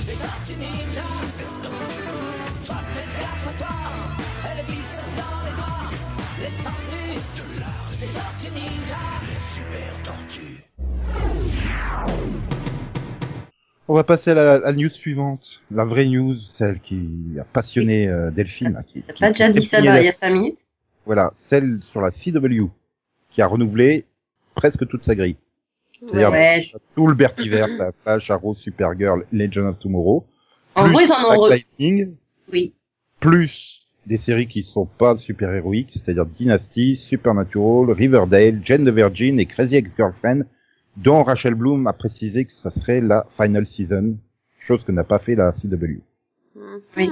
F: les tortues ninja. Toi, fais gaffe à toi, elle glisse dans les bois, les tortues, les tortues ninja. Les super tortues.
A: On va passer à la, à la news suivante, la vraie news, celle qui a passionné euh, Delphine. hein, qui-
B: T'as
A: qui-
B: pas déjà
A: qui-
B: dit ça
A: qui-
B: là, il y a cinq minutes
A: Voilà, celle sur la CW, qui a renouvelé presque toute sa grille. C'est-à-dire
B: Ouais, je-
A: tout le Bertiverse, la Flash, Arrow, Supergirl, Legend of Tomorrow.
B: En
A: plus
B: gros, ils en ont
A: Black
B: re...
A: Lightning,
B: Oui.
A: plus des séries qui sont pas super-héroïques, c'est-à-dire Dynasty, Supernatural, Riverdale, Jane the Virgin et Crazy Ex-Girlfriend, dont Rachel Bloom a précisé que ce serait la final season, chose que n'a pas fait la CW.
B: Oui.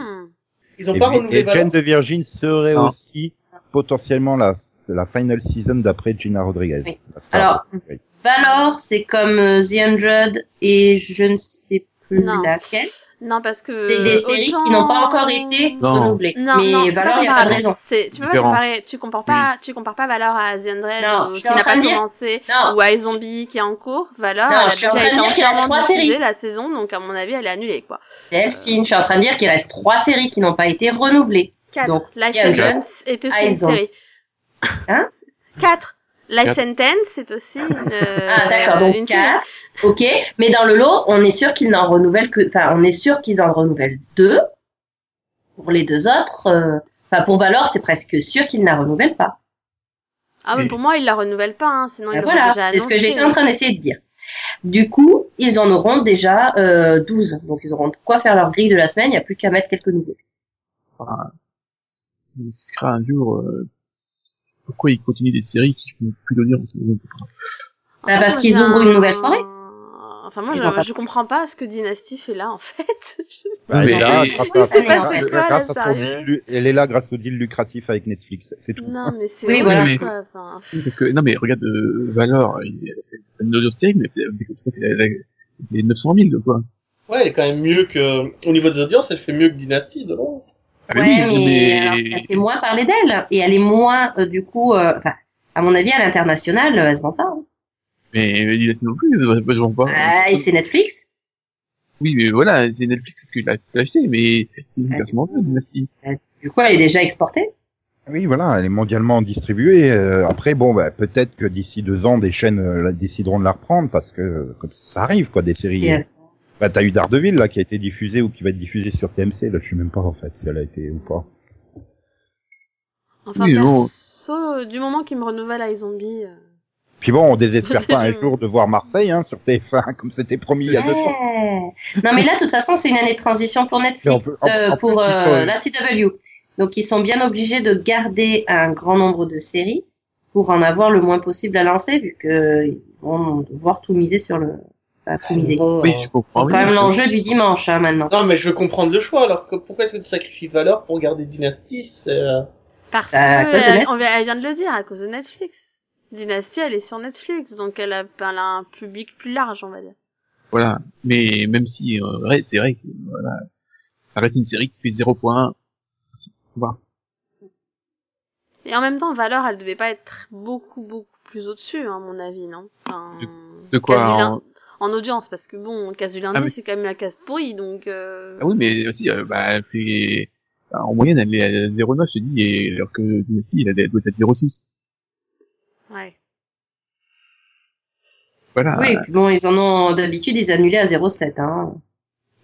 E: Ils ont
A: Et,
E: pas
A: vi-
E: renouvelé
A: et Jane
E: Valor.
A: the Virgin serait
D: Ah.
A: aussi potentiellement la, la final season d'après Gina Rodriguez.
B: Oui.
A: la star
B: Alors,
A: de la série.
B: Valor, c'est comme euh, The Hundred et je ne sais plus
C: Non.
B: laquelle.
C: Non, parce que.
B: C'est des séries qui
C: autant-
B: n'ont pas encore été
D: Non.
B: renouvelées.
C: Non,
B: Mais
C: non, c'est
B: Valor, il n'y a pas de
C: comparable.
B: raison.
C: C'est- Tu peux pas
D: Différent.
C: comparer, tu compares pas, tu compares pas Valor à The Undead
B: Non,
C: ou
B: je
C: qui
B: suis en
C: n'a
B: train
C: pas
B: de dire-
C: commencé
B: Non,
C: ou à Zombie qui est en cours. Valor
B: Non,
C: elle a
B: je suis en
C: déjà
B: train de
C: été
B: dire qu'il y a
C: entièrement
B: trois
C: diffusée
B: séries.
C: la saison, donc à mon avis elle est annulée quoi.
B: Delphine, je suis en train de dire qu'il reste trois séries qui n'ont pas été renouvelées.
C: Quatre.
B: Donc,
C: Life
B: il y a
C: Sentence est aussi
B: Ah,
C: une
B: ils ont-
C: série.
B: Hein
C: Quatre. Life
D: Quatre.
C: Sentence c'est aussi une. euh,
B: Ah, d'accord, donc
C: une série.
B: quatre. Ok, mais dans le lot, on est sûr qu'ils n'en renouvellent que, enfin, on est sûr qu'ils en renouvellent deux. Pour les deux autres, euh, enfin, pour Valor, c'est presque sûr qu'ils ne la renouvellent pas.
C: Ah mais pour moi ils la renouvellent pas, hein, sinon
B: Ben
C: ils l'auraient
B: voilà,
C: déjà
B: c'est ce que
C: annoncé. hein.
B: j'étais en train d'essayer de dire. Du coup, ils en auront déjà euh, 12. Donc, ils auront de quoi faire leur grille de la semaine. Il n'y a plus qu'à mettre quelques nouveaux.
D: Il se crée un jour, euh, pourquoi ils continuent des séries qui font plus d'audience je ne comprends pas.
B: Bah,
C: Enfin,
B: parce
C: moi,
B: qu'ils
C: Ah, j'ai
B: ouvrent
C: un-
B: une nouvelle soirée.
C: Enfin moi
B: Ils vont pas
C: je, je comprends pas ce que Dynasty fait là en fait.
A: Bah, elle est
D: Mais
A: là,
D: et-
A: grâce
C: Oui,
A: à-
C: c'est
A: grâce
C: passé
A: à-
C: quoi, là,
A: grâce à son
C: sérieux
A: deal- elle est là grâce au deal lucratif avec Netflix, c'est tout.
C: Non, mais c'est.
B: Oui,
C: horrible,
D: voilà.
C: quoi, enfin.
D: Oui, Parce que, non, mais regarde, euh, Valor, il a une audience terrible, mais elle faisait comme ça, elle a- elle a 900 000, de quoi.
E: Ouais, elle est quand même mieux que, au niveau des audiences, elle fait mieux que Dynasty, de loin.
D: Ah,
B: Ouais,
D: oui,
B: mais, alors, ça fait
D: mais...
B: moins parler d'elle. Et elle est moins, euh, du coup, euh, enfin, à mon avis, à l'international, euh, elle se vend pas. hein.
D: Mais, mais Dynasty non plus, je je vois pas.
B: Ah, et c'est Netflix.
D: Oui, mais voilà, c'est Netflix, c'est ce que j'ai acheté, mais c'est une
B: Ah,
D: version en Dynasty.
B: Du coup, elle est déjà exportée.
A: Oui, voilà, elle est mondialement distribuée. euh, après, bon, bah, peut-être que d'ici deux ans, des chaînes euh, la- décideront de la reprendre parce que euh, comme ça arrive, quoi, des séries.
B: Et
A: euh,
B: elle-
A: Bah, t'as eu Daredevil là qui a été diffusée ou qui va être diffusée sur TMC. Là, je sais même pas en fait si elle a été ou pas.
C: Enfin,
D: Oui, bon.
C: perso, euh, du moment qu'ils me renouvellent iZombie. euh,
A: Puis bon, on désespère pas un
C: Absolument.
A: jour de voir Marseille hein, sur TF1 comme c'était promis il y a deux ans.
B: Ouais. Non, mais là, de toute façon, c'est une année de transition pour
A: Mais on
B: Netflix,
A: peut- en-
B: euh,
A: en
B: pour
A: plus, ils
B: euh,
A: sont, euh,
B: la CW. Donc, ils sont bien obligés de garder un grand nombre de séries pour en avoir le moins possible à lancer, vu que ils vont devoir tout miser sur le. Enfin,
C: Ah,
B: tout miser.
E: Bon,
D: Ah Oui,
E: euh,
D: je comprends.
B: C'est
D: oui,
B: quand même
D: mais- Ah.
B: l'enjeu du dimanche, hein, maintenant.
E: Non, mais je veux comprendre le choix. Alors, que, pourquoi est-ce que tu sacrifies Valor pour garder Dynasty C'est, euh,
C: Parce
B: Bah, à
C: que,
B: cause de
C: elle,
B: Net-
C: on vient- elle vient de le dire, à cause de Netflix. Dynasty, elle est sur Netflix, donc elle a, elle a un public plus large, on va dire.
D: Voilà. Mais même si, euh, ouais, c'est vrai que, voilà, ça reste une série qui fait 0.1.
C: Et en même temps, Valor, elle devait pas être beaucoup, beaucoup plus au-dessus, hein, à mon avis, non Enfin,
D: De quoi
C: quasi l'un-
D: en-
C: en... audience, parce que bon, Casse du lundi,
D: Ah, mais-
C: c'est quand même la casse pourrie, donc... Euh...
D: Ah oui, mais aussi, euh, bah, elle fait, bah, en moyenne, elle est à 0.9, je te dis, et, alors que Dynasty, elle, elle doit être à 0.6.
C: Ouais.
D: Voilà.
B: Oui, et puis bon, ils en ont d'habitude, ils annulaient à 0,7. Hein.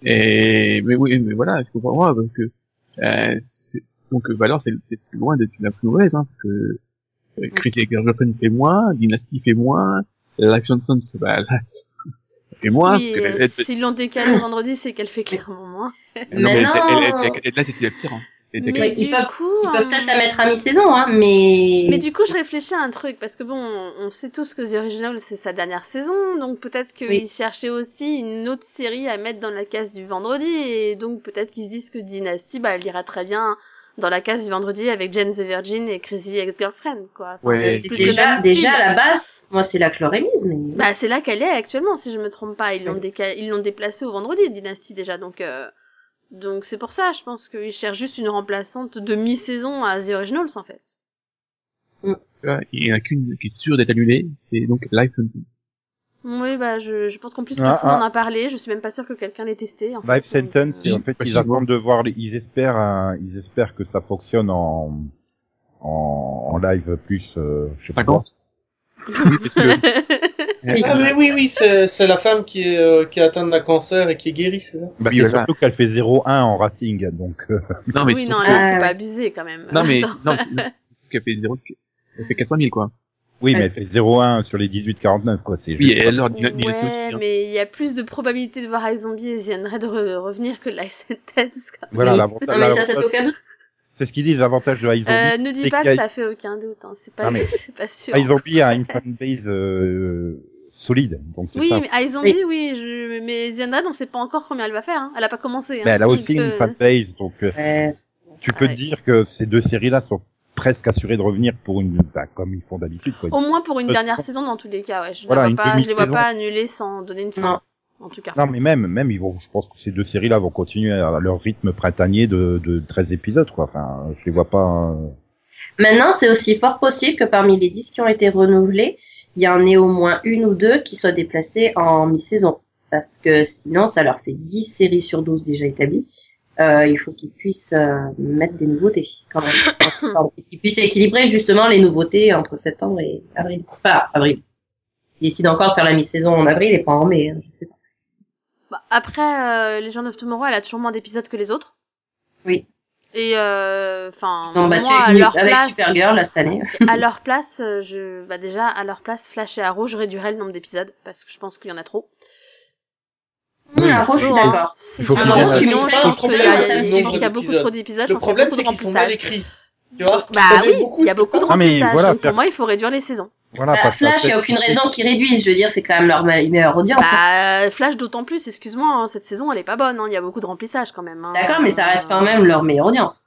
D: Et, mais oui, mais voilà, je comprends moi, parce que, euh, c'est- donc, euh, Valor, c'est, c'est c'est loin d'être la plus mauvaise, hein, parce que, euh, Chris et Gerjofen fait moins, Dynasty fait moins, Life Sentence, bah, là, fait moins,
C: oui,
D: parce
C: euh,
D: que elle- elle-
C: s'ils l'ont décalé vendredi, c'est qu'elle fait clairement moins.
D: non, mais elle-
B: Mais
D: elle- elle-
B: non.
D: elle- elle- là, c'était la pire, hein. Et t'as
C: Mais
B: Ouais,
C: du
B: ils peuvent-
C: coup,
B: Ils peuvent
C: euh,
B: peut-être la mettre à mi-saison, hein, mais.
C: Mais du coup, je réfléchis à un truc, parce que bon, on sait tous que The Original, c'est sa dernière saison, donc peut-être qu'ils
B: Oui.
C: cherchaient aussi une autre série à mettre dans la case du vendredi, et donc peut-être qu'ils se disent que Dynasty, bah, elle ira très bien dans la case du vendredi avec Jane the Virgin et Crazy Ex-Girlfriend, quoi. Enfin,
D: Ouais.
B: C'est
C: plus que
B: déjà,
C: Dynasty,
B: déjà à
C: bah.
B: la base, moi, c'est là que je l'aurais mise, mais.
C: Bah, c'est là qu'elle est actuellement, si je me trompe pas. Ils l'ont
B: Ouais.
C: déca- ils l'ont déplacée au vendredi, Dynasty, déjà, donc, euh, donc c'est pour ça, je pense qu'ils cherchent juste une remplaçante de mi-saison à The Originals, en fait.
D: quoi, il y en a qu'une qui est sûre d'être annulée, c'est donc Life Hunting.
C: Oui, bah, je, je pense qu'en plus,
A: Ah,
C: personne
A: ah.
C: n'en a parlé. Je suis même pas sûre que quelqu'un l'ait testé. en fait.
A: Life
C: Donc,
A: Sentence,
D: euh,
A: en fait, ils
D: possible.
A: attendent de voir, les- ils espèrent, un- ils espèrent que ça fonctionne en, en, en live plus, euh, je sais pas quoi.
D: 50 Oui, parce que... euh,
E: Ah, mais oui, oui, c'est c'est la femme qui est, euh, qui est atteinte d'un cancer et qui est guérie, c'est ça
A: Bah,
D: Oui,
A: c'est
D: voilà.
A: surtout qu'elle fait 0-1 en rating, donc, euh,
D: Non, mais
C: oui,
D: c'est-
C: non,
B: Ah,
C: là, faut
B: ouais.
C: pas abuser quand même.
D: non, mais,
C: Attends.
D: non, mais c'est- qu'elle fait zéro, elle fait 400 000, quoi.
A: oui, mais
B: Ouais,
A: elle fait 0-1 sur les 18-49, quoi, c'est
D: Oui,
A: juste-
D: et alors, Dina- Dina aussi,
C: Ouais,
D: hein.
C: mais il y a plus de probabilité de voir iZombie et The Red re- revenir que Life Sentence. quoi.
A: Voilà,
B: Oui.
A: l'avantage-
B: Non, mais ça, ça
A: l'avantage-
B: fait aucun doute.
A: c'est ce qu'ils disent, l'avantage de iZombie.
C: Euh, ne dis
A: c'est
C: pas
A: qu'il y
C: que
A: a-
C: ça fait aucun doute. Hein. C'est pas,
A: Non, mais-
C: c'est pas sûr.
A: iZombie a une fanbase, euh, solide, donc c'est
C: Oui,
A: ça.
C: mais iZombie, oui. Je... Mais The Red, on sait pas encore combien elle va faire. Hein. Elle a pas commencé. Hein.
A: Mais elle a
C: Donc,
A: aussi une
C: euh,
A: fanbase, donc, euh,
B: Ouais, c'est-
A: tu peux
C: ouais.
A: dire que ces deux séries-là sont presque assurées de revenir pour une, bah, comme ils font d'habitude, quoi.
C: Au moins pour une
A: Euh,
C: dernière saison, dans tous les cas. Ouais. Je,
A: Voilà,
C: la
A: une
C: vois pas, je les vois
A: demi-saison.
C: pas annuler sans donner une fin. En tout cas.
A: Non, mais même, même, ils vont, je pense que ces deux séries-là vont continuer à leur rythme printanier de, de 13 épisodes, quoi. Enfin, je les vois pas. euh,
B: Maintenant, c'est aussi fort possible que parmi les 10 qui ont été renouvelés, il y en ait au moins une ou deux qui soient déplacées en mi-saison. Parce que sinon, ça leur fait 10 séries sur 12 déjà établies. Euh, il faut qu'ils puissent euh, mettre des nouveautés, quand même. Enfin, qu'ils puissent équilibrer justement les nouveautés entre septembre et avril. Enfin, avril. Ils décident encore de faire la mi-saison en avril et pas en mai. hein, je sais pas.
C: Bah, après, euh, Legend of Tomorrow, elle a toujours moins d'épisodes que les autres.
B: Oui.
C: Et euh, enfin,
B: Ils ont battu
C: moi, à
B: avec,
C: leur
B: avec
C: place,
B: Supergirl là, cette année.
C: à leur place, euh, je, bah déjà, à leur place, Flash et Arrow, je réduirais le nombre d'épisodes parce que je pense qu'il y en a trop.
B: Hum, Arrow, je suis
C: Toujours, hein.
B: d'accord.
C: Si
D: faut
C: tu
D: qu'on
C: me
D: les
C: dis
D: règle.
C: sinon, je
B: Le
C: pense qu'il y,
B: problème,
C: a-
B: c'est le
C: il
B: nombre
C: y a beaucoup
E: d'épisodes.
C: trop d'épisodes. Je
E: Le
C: pense qu'il y a
E: problème,
C: beaucoup
E: c'est
C: de
E: qu'ils sont mal
C: remplissage.
E: écrits. Tu vois
C: Bah
E: Ça donne
C: oui, il y a
E: c'est
C: beaucoup de
E: pas-
A: Ah, mais
C: remplissage.
A: voilà,
C: donc pour
A: faire-
C: moi, il faut réduire les saisons.
A: Voilà,
B: Bah,
A: Ah, parce que
B: Flash, il
A: après-
B: n'y a aucune raison qu'ils réduisent. Je veux dire, c'est quand même leur ma- meilleure audience. hein.
C: Bah, Flash d'autant plus, excuse-moi, hein, cette saison, elle est pas bonne. hein, Il y a beaucoup de remplissage quand même. hein.
B: D'accord, mais ça reste quand même leur meilleure audience.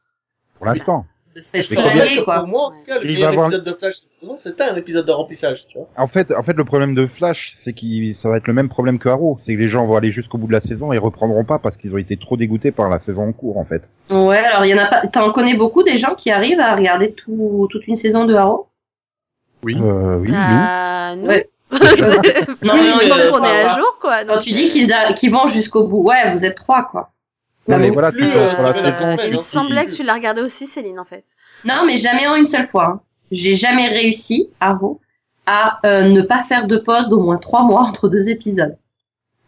A: pour l'instant.
B: De se faire
E: Je
A: Mais
E: te
A: combien-
E: rappelle que
B: soigner,
E: Pour
B: quoi.
E: moi, en tout cas, le
A: Il
E: meilleur
A: va avoir-
E: épisode de Flash cette saison, c'était un épisode de remplissage, tu vois.
A: En fait, en fait, le problème de Flash, c'est qu'il, ça va être le même problème que Arrow. C'est que les gens vont aller jusqu'au bout de la saison et reprendront pas parce qu'ils ont été trop dégoûtés par la saison en cours, en fait.
B: Ouais, alors il y en a pas. T'en connais beaucoup des gens qui arrivent à regarder tout, toute une saison de Arrow
D: Oui.
A: Euh, oui,
B: Ah.
A: nous.
C: Euh, nous.
B: Ouais. Non,
E: Oui,
B: non,
E: mais
B: ils
C: Tant
E: euh,
B: sont
C: qu'on est à
B: pas-
C: jour, quoi.
B: Quand
C: donc,
B: tu dis qu'ils a- qu'ils vont jusqu'au bout, ouais, vous êtes trois, quoi.
A: Non, mais
E: Non
A: voilà,
E: plus,
A: tu
E: euh,
A: vois, sur la
E: ça va-
A: saison.
E: semaine,
C: Il me
E: hein.
C: semblait que tu l'as regardé aussi, Céline, en fait.
B: Non, mais jamais en une seule fois. hein. J'ai jamais réussi, Arrow, à euh, ne pas faire de pause d'au moins trois mois entre deux épisodes.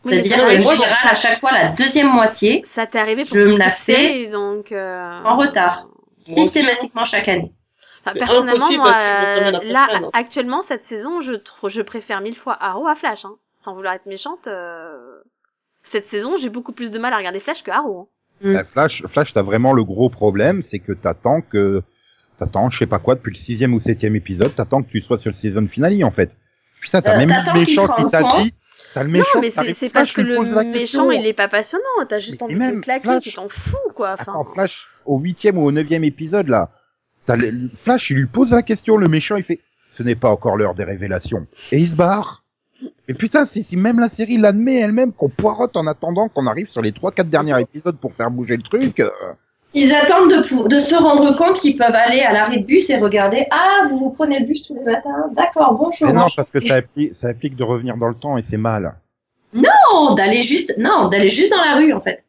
C: Oui, mais
B: C'est-à-dire
C: ça,
B: qu'en
C: moi,
B: général,
C: dans-
B: à chaque fois, la deuxième moitié,
C: ça t'est arrivé pour
B: je me
C: toute
B: la fais
C: série, donc euh,
B: en retard.
E: Moi aussi.
B: systématiquement chaque année.
C: enfin,
E: C'est
C: personnellement,
E: impossible
C: moi,
E: à suivre semaine après
C: là,
E: semaine, hein.
C: actuellement, cette saison, je tr- je préfère mille fois Arrow à Flash, hein. Sans vouloir être méchante, euh, cette saison, j'ai beaucoup plus de mal à regarder Flash que Arrow. hein.
A: Euh, Flash, Flash, t'as vraiment le gros problème, c'est que t'attends que, t'attends, je sais pas quoi, depuis le sixième ou septième épisode, t'attends que tu sois sur le season finale, en fait. Putain, t'as
B: Euh,
A: même
B: t'attends
A: le méchant
B: qu'il se
A: qui t'a
B: rende
A: dit, t'as le méchant
C: non, mais
A: qui t'a
C: c'est
A: dit,
C: c'est
A: Flash
C: parce que
A: lui
C: le
A: pose la
C: méchant,
A: question.
C: il est pas passionnant. T'as juste
A: Mais
C: envie de te
A: même
C: claquer,
A: Flash-
C: tu t'en fous, quoi. Enfin,
A: Attends, Flash, au huitième ou au neuvième épisode, là, t'as le- le- Flash, il lui pose la question, le méchant, il fait, ce n'est pas encore l'heure des révélations. Et il se barre. Mais putain, si, si même la série l'admet elle-même qu'on poirote en attendant qu'on arrive sur les trois, quatre derniers épisodes pour faire bouger le truc, euh,
B: Ils attendent de, pou- de se rendre compte qu'ils peuvent aller à l'arrêt de bus et regarder. Ah, vous vous prenez le bus tous les matins. D'accord, bonjour.
A: mais non, parce que ça implique, ça implique de revenir dans le temps et c'est mal.
B: Non, d'aller juste, non, d'aller juste dans la rue, en fait.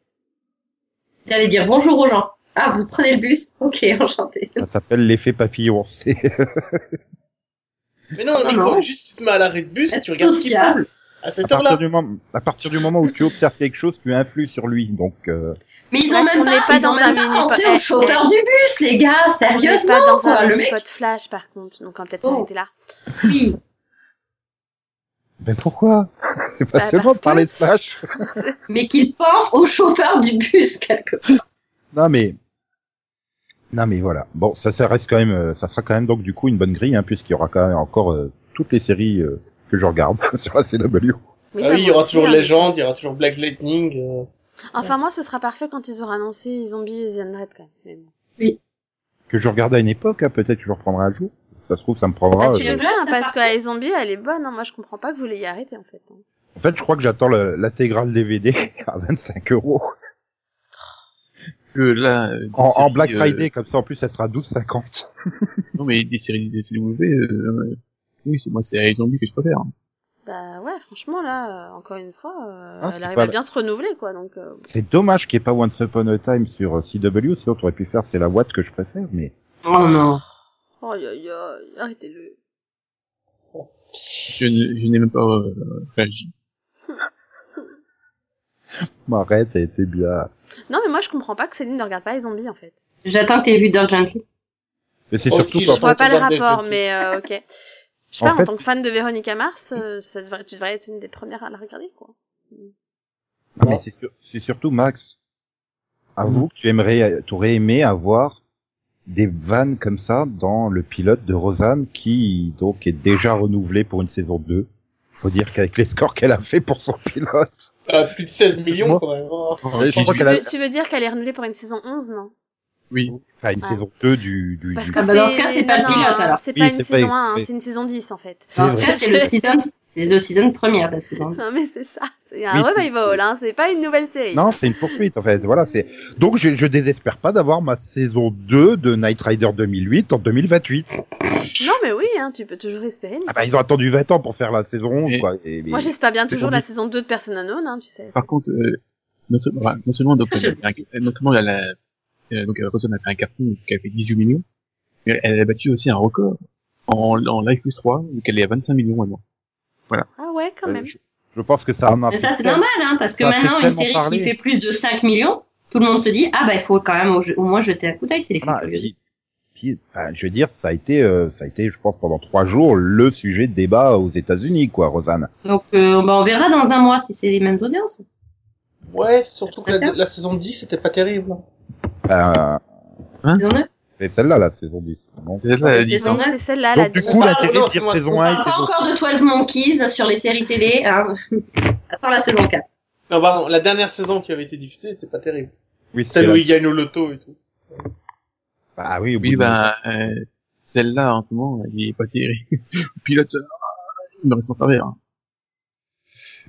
B: D'aller dire bonjour aux gens. Ah, vous prenez le bus? Ok, enchanté.
A: Ça s'appelle l'effet papillon. C'est
E: Mais non,
B: Non,
E: Nico,
B: Ah, non.
E: juste tu te mets à l'arrêt de bus et
B: Être
E: tu regardes ce qui
B: sociable.
E: passe. À
A: à
E: cette
A: partir
E: heure-là.
A: du moment, à partir du moment où tu observes quelque chose, tu influes sur lui. Donc, euh,
B: Mais ils
C: Ouais,
B: ont même
C: on n'est
B: pas,
C: pas
B: ils ont
C: dans un
B: même pas
C: mini-
B: pensé
C: eh,
B: au chauffeur du bus, les gars.
C: on n'est
B: Sérieusement,
C: pas dans
B: quoi,
C: un
B: le
C: mini
B: mec.
C: pot de Flash, par contre. Donc, on va peut-être
B: Oh.
C: s'arrêter là.
B: Oui.
A: ben pourquoi C'est pas
C: Bah,
A: seulement
C: parce
A: de parler
C: que-
A: de Flash.
B: Mais qu'ils pensent au chauffeur du bus, quelque part.
A: Non mais Non mais voilà. Bon, ça, ça reste quand même, euh, ça sera quand même donc du coup une bonne grille, hein, puisqu'il y aura quand même encore euh, toutes les séries euh, que je regarde sur la CW.
E: Ah
C: bah,
E: oui, il y
C: moi
E: aura
C: aussi,
E: toujours
C: hein.
E: Legend, il y aura toujours Black Lightning. euh,
C: Enfin, moi, ce sera parfait quand ils auront annoncé Zombie et The Undead, quand même. Mais bon.
A: Que je regarde à une époque, hein, peut-être que je le reprendrai un jour. Ça se trouve, ça me prendra.
B: Ah, tu
A: euh,
B: l'as
C: C'est
B: vu
C: vrai, hein,
B: Ça
C: parce
B: part.
C: que la Zombie, elle est bonne. hein. Moi, je comprends pas que vous l'ayez arrêtée, en fait. hein.
A: En fait, je crois que j'attends le- l'intégrale DVD à 25 euros
D: Que là, euh, des
A: en, en
D: séries,
A: Black
D: euh,
A: Friday, comme ça en plus, ça sera 12,50.
D: non mais des séries des CW, euh, oui c'est moi c'est les zombies que je préfère.
C: Bah ouais, franchement, là, euh, encore une fois, euh,
A: Ah, c'est
C: elle arrive
A: pas
C: à
A: la-
C: bien se renouveler, quoi. Donc, euh,
A: C'est dommage qu'il n'y ait pas Once Upon a Time sur euh, CW, sinon t'aurais pu faire c'est la boîte que je préfère, mais
B: Oh non.
C: oh, yo, yo, arrêtez-le.
D: Je, ne- je n'ai même pas euh, réagi.
A: m'arrête, elle était bien.
C: Non, mais moi, je comprends pas que Céline ne regarde pas les zombies, en fait.
B: J'attends que t'aies vu Dirk Gently.
A: Mais c'est
E: Oh,
A: surtout
E: si,
A: qu'en
C: Je vois
E: Enfin,
C: pas le
E: regardez,
C: rapport,
E: je-
C: mais euh, ok. Je sais
A: En
C: pas,
A: fait-
C: en tant que fan de Véronica Mars, euh, ça devrait, tu devrais être une des premières à la regarder, quoi.
A: Non, mais c'est sur- c'est surtout Max. Avoue que tu aimerais, euh, t'aurais aimé avoir des vannes comme ça dans le pilote de Rosanne qui donc est déjà renouvelé pour une saison 2. Faut dire qu'avec les scores qu'elle a fait pour son pilote.
E: euh, plus de 16 millions,
A: Moi-
E: quand même. Oh.
A: je crois
C: Tu
A: qu'elle a
C: veux, tu veux dire qu'elle est renouvelée pour une saison 11, non
D: Oui.
A: enfin, une
C: Ah.
A: saison 2 du, du,
C: Parce
A: du-
C: que
B: Ah bah, dans le cas, c'est
C: c'est
B: pas le
C: non,
B: pilote,
C: non,
B: alors.
C: C'est
A: Oui,
C: pas une
A: c'est pas-
C: saison 1,
A: oui.
C: c'est une saison 10, en fait.
B: Dans
A: C'est
B: ce
A: vrai.
B: cas, c'est le season, c'est the season première de la saison.
C: Non, mais c'est ça. C'est un
A: Oui, c'est-
C: revival, hein. C'est pas une nouvelle série.
A: Non, c'est une poursuite en fait. Voilà, c'est donc je, je désespère pas d'avoir ma saison 2 de Night Rider 2008 en 2028.
C: Non, mais oui, hein, tu peux toujours espérer.
A: Ah bah ils ont attendu 20 ans pour faire la saison 11
D: Et-
A: quoi. Et-
C: Moi, j'espère bien
A: c'est
C: toujours la
A: compliqué.
C: saison 2 de Person Unknown, hein, tu sais.
D: Par contre, euh, non, se- enfin, non seulement donc, elle a fait un- notamment elle a, euh, donc euh, Rosen a fait un carton qui a fait 18 millions, mais elle a battu aussi un record en, en Life plus 3, donc elle est à 25 millions maintenant.
C: Ah ouais, quand
A: Euh,
C: même.
A: je, je pense que ça a un
B: Mais
A: impact.
B: ça, c'est normal, hein, parce que
A: Ça fait
B: maintenant, une
A: tellement
B: série
A: parler.
B: qui fait plus de 5 millions, tout le monde se dit, ah bah, il faut quand même au, au moins jeter un coup d'œil, c'est les plus
A: Voilà, et
B: curieux.
A: puis, puis, enfin, je veux dire, ça a été, euh, ça a été, je pense, pendant trois jours, le sujet de débat aux États-Unis, quoi, Rosanne.
B: Donc, euh, bah, on verra dans un mois si c'est les mêmes audiences.
E: Ouais, surtout que la, la saison 10, c'était pas terrible.
A: Euh,
B: Saison 9.
A: c'est celle-là, la saison 10. non
D: C'est ça, elle a dit
B: saison
D: ça.
B: Ouais.
C: C'est celle-là, la
A: Donc, du
C: dix.
A: coup,
E: Ah,
A: l'intérêt
E: non,
A: de dire
E: moi,
A: saison
E: on
A: 1
B: On
A: et
B: parle pas
A: saison
B: encore de 12 Monkeys sur les séries télé, hein. Attends la saison 4.
E: Non, pardon, la dernière saison qui avait été diffusée, c'était pas terrible.
A: Oui, c'est
E: Celle où
A: la-
E: il gagne au loto et tout.
A: Ah oui, au bout
D: Oui,
A: de-
D: bah, euh, celle-là, en ce moment, elle est pas terrible. Le pilote, euh, il me reste en travers. hein.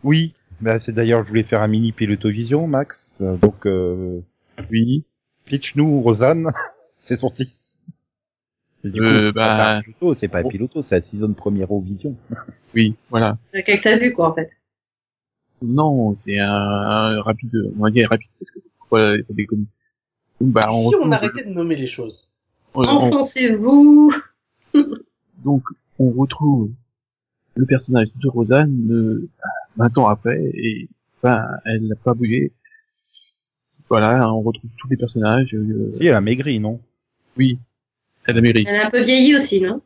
A: Oui. Bah, c'est d'ailleurs, je voulais faire un mini pilotovision, Max. Euh, donc, euh,
D: Oui,
A: pitch nous, Rosanne, saison 10. Et du coup,
D: Euh,
A: c'est
D: bah-
A: pas un piloto, c'est pas un
D: Bon.
A: piloto, c'est la saison première au vision.
D: oui, voilà.
B: Quel que Euh, t'as vu, quoi, en fait.
D: Non, c'est un, un rapide, on va dire rapide, parce que pourquoi il faut déconner. Donc,
A: Ah,
D: Bah,
E: si on
D: retrouve-
E: arrêtait de nommer les choses.
D: Euh, on- on-
B: Enfoncez-vous.
D: Donc, on retrouve le personnage de Rosanne euh, 20 ans après, et ben, elle n'a pas bougé. Voilà, on retrouve tous les personnages. euh,
A: Si, elle a maigri, non?
D: oui, elle a mérité.
B: Elle a un peu vieilli aussi, non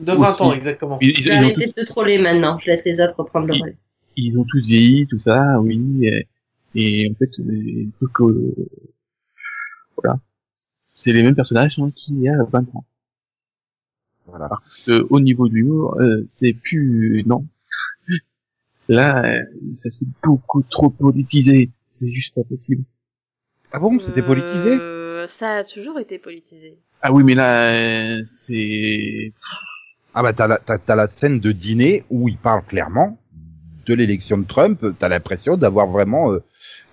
E: De 20
D: Aussi.
E: ans, exactement.
D: Ils, ils-
B: Je vais
D: ils ont tous,
B: arrêter de te troller maintenant. Je laisse les autres reprendre le
D: Oui.
B: relais.
D: ils ont tous vieilli, tout ça, ah oui. Et, et en fait, euh, sauf que... euh, voilà. C'est les mêmes personnages hein, qu'il y a 20 ans.
A: Voilà.
D: Euh, au niveau de l'humour, euh, c'est plus non. Là, euh, ça s'est beaucoup trop politisé. C'est juste pas possible.
A: Ah bon, c'était politisé?
C: Euh, Ça a toujours été politisé.
D: Ah oui, mais là, euh, c'est
A: Ah bah t'as la, t'as, t'as la scène de dîner où il parle clairement de l'élection de Trump. T'as l'impression d'avoir vraiment euh,